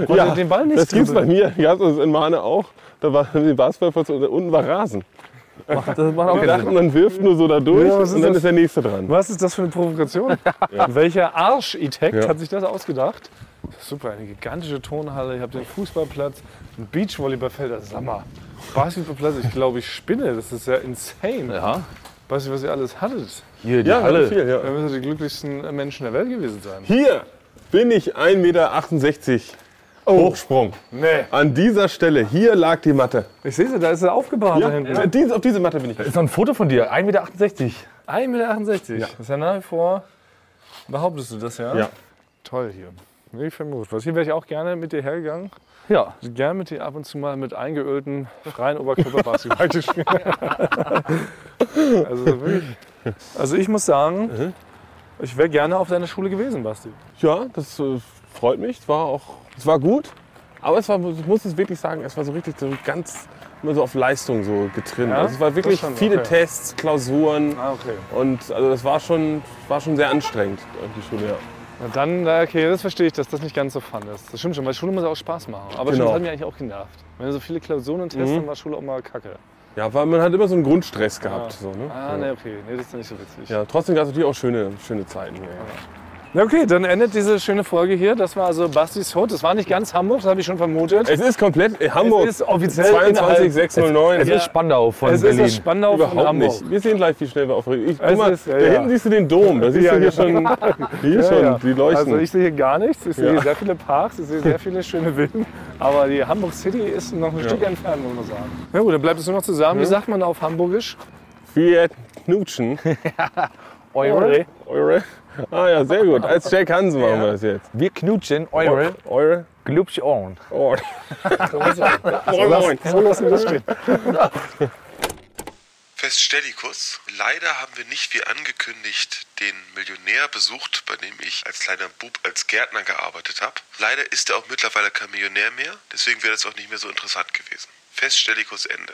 [SPEAKER 3] Konnte den Ball nicht
[SPEAKER 5] das gibt's bei
[SPEAKER 3] dribbeln.
[SPEAKER 5] mir, gab es in Mahne auch. Da war die Basketballplatz und unten war Rasen.
[SPEAKER 4] Das macht auch
[SPEAKER 5] Wir
[SPEAKER 4] keinen Sinn.
[SPEAKER 5] dachten, man wirft nur so da durch
[SPEAKER 3] Ja, was ist
[SPEAKER 5] und dann
[SPEAKER 3] das?
[SPEAKER 5] ist der nächste dran.
[SPEAKER 3] Was ist das für eine Provokation? Welcher Arschitekt
[SPEAKER 5] Ja.
[SPEAKER 3] hat sich das ausgedacht? Das ist Super, eine gigantische Turnhalle. Ich habe den Fußballplatz, ein Beachvolleyballfeld. Also sag mal, Basketballplatz, ich glaube, ich spinne. Das ist ja insane.
[SPEAKER 4] Ja.
[SPEAKER 3] Weißt du, was ihr alles hattet?
[SPEAKER 4] Hier, die
[SPEAKER 5] Ja, ganz
[SPEAKER 4] Halle.
[SPEAKER 5] viel, ja.
[SPEAKER 3] Da müssen die glücklichsten Menschen der Welt gewesen sein.
[SPEAKER 5] Hier bin ich 1,68 Meter. Hochsprung.
[SPEAKER 3] Oh. Nee.
[SPEAKER 5] An dieser Stelle, hier lag die Matte.
[SPEAKER 3] Ich sehe sie, da ist sie aufgebaut da hinten.
[SPEAKER 5] Äh, dies- auf diese Matte bin ich.
[SPEAKER 4] Ist noch ein Foto von dir, 1,68 Meter.
[SPEAKER 3] 1,68 Meter. Das ist ja nach wie vor. Behauptest du das ja?
[SPEAKER 5] Ja.
[SPEAKER 3] Toll hier. Nee, Ich finde gut. Was hier wäre ich auch gerne mit dir hergegangen.
[SPEAKER 4] Ja.
[SPEAKER 3] Gern mit dir ab und zu mal mit eingeölten, freien Oberkörper Basketball gespielt. also, wirklich. also ich muss sagen, ich wäre gerne auf deiner Schule gewesen, Basti.
[SPEAKER 5] Ja, das äh, freut mich. War auch, es war gut. Aber es war, ich muss es wirklich sagen, es war so richtig so ganz immer so auf Leistung so getrimmt.
[SPEAKER 3] Ja?
[SPEAKER 5] Also es war wirklich
[SPEAKER 3] Das schon,
[SPEAKER 5] viele
[SPEAKER 3] okay.
[SPEAKER 5] Tests, Klausuren
[SPEAKER 3] Ah, okay.
[SPEAKER 5] und also das war schon, war schon sehr anstrengend, die Schule. Ja.
[SPEAKER 3] Na dann, na, okay, das verstehe ich, dass das nicht ganz so fun ist. Das stimmt schon, weil Schule muss ja auch Spaß machen. Aber
[SPEAKER 5] Genau.
[SPEAKER 3] das hat mich eigentlich auch genervt. Wenn du so viele Klausuren und Tests, dann war Schule auch mal kacke.
[SPEAKER 5] ja, weil man hat immer so einen Grundstress gehabt. So, ne?
[SPEAKER 3] Ah, ne, okay, nee, das ist nicht so witzig.
[SPEAKER 5] Ja, trotzdem gab es natürlich auch schöne, schöne Zeiten. hier, Ja.
[SPEAKER 3] Na okay, dann endet diese schöne Folge hier. Das war also Bastis Hut. Das war nicht ganz Hamburg, das habe ich schon vermutet.
[SPEAKER 5] Es ist komplett äh, Hamburg.
[SPEAKER 3] Es ist offiziell
[SPEAKER 5] 22609.
[SPEAKER 4] Es ist Spandau von
[SPEAKER 3] Es ist
[SPEAKER 4] Berlin.
[SPEAKER 3] das Spandau von
[SPEAKER 5] Überhaupt
[SPEAKER 3] Hamburg.
[SPEAKER 5] nicht. Wir sehen gleich, wie schnell wir aufregen.
[SPEAKER 3] Es
[SPEAKER 5] Ich, guck mal,
[SPEAKER 3] ist- ja,
[SPEAKER 5] da
[SPEAKER 3] ja.
[SPEAKER 5] hinten siehst du den Dom. Da siehst
[SPEAKER 3] Ja,
[SPEAKER 5] du hier
[SPEAKER 3] ja.
[SPEAKER 5] schon, hier schon
[SPEAKER 3] Ja, ja.
[SPEAKER 5] die Leuchten.
[SPEAKER 3] Also ich sehe hier gar nichts. Ich sehe hier
[SPEAKER 5] Ja.
[SPEAKER 3] sehr viele Parks, ich sehe sehr viele schöne Villen. Aber die Hamburg City ist noch ein Stück entfernt, muss man sagen. Na gut, dann bleibt es nur noch zusammen. Wie sagt man auf Hamburgisch?
[SPEAKER 5] wir knutschen.
[SPEAKER 4] Eure.
[SPEAKER 5] Eure. Ah ja, sehr gut. Als Jack Hansen machen wir das jetzt.
[SPEAKER 4] Wir knutschen eure.
[SPEAKER 5] Eure.
[SPEAKER 4] Glubsch on.
[SPEAKER 5] Ohr. Moin, moin.
[SPEAKER 3] So lassen wir das stehen.
[SPEAKER 1] Feststellikus, leider haben wir nicht wie angekündigt den Millionär besucht, bei dem ich als kleiner Bub als Gärtner gearbeitet habe. Leider ist er auch mittlerweile kein Millionär mehr, deswegen wäre das auch nicht mehr so interessant gewesen. Feststellikus Ende.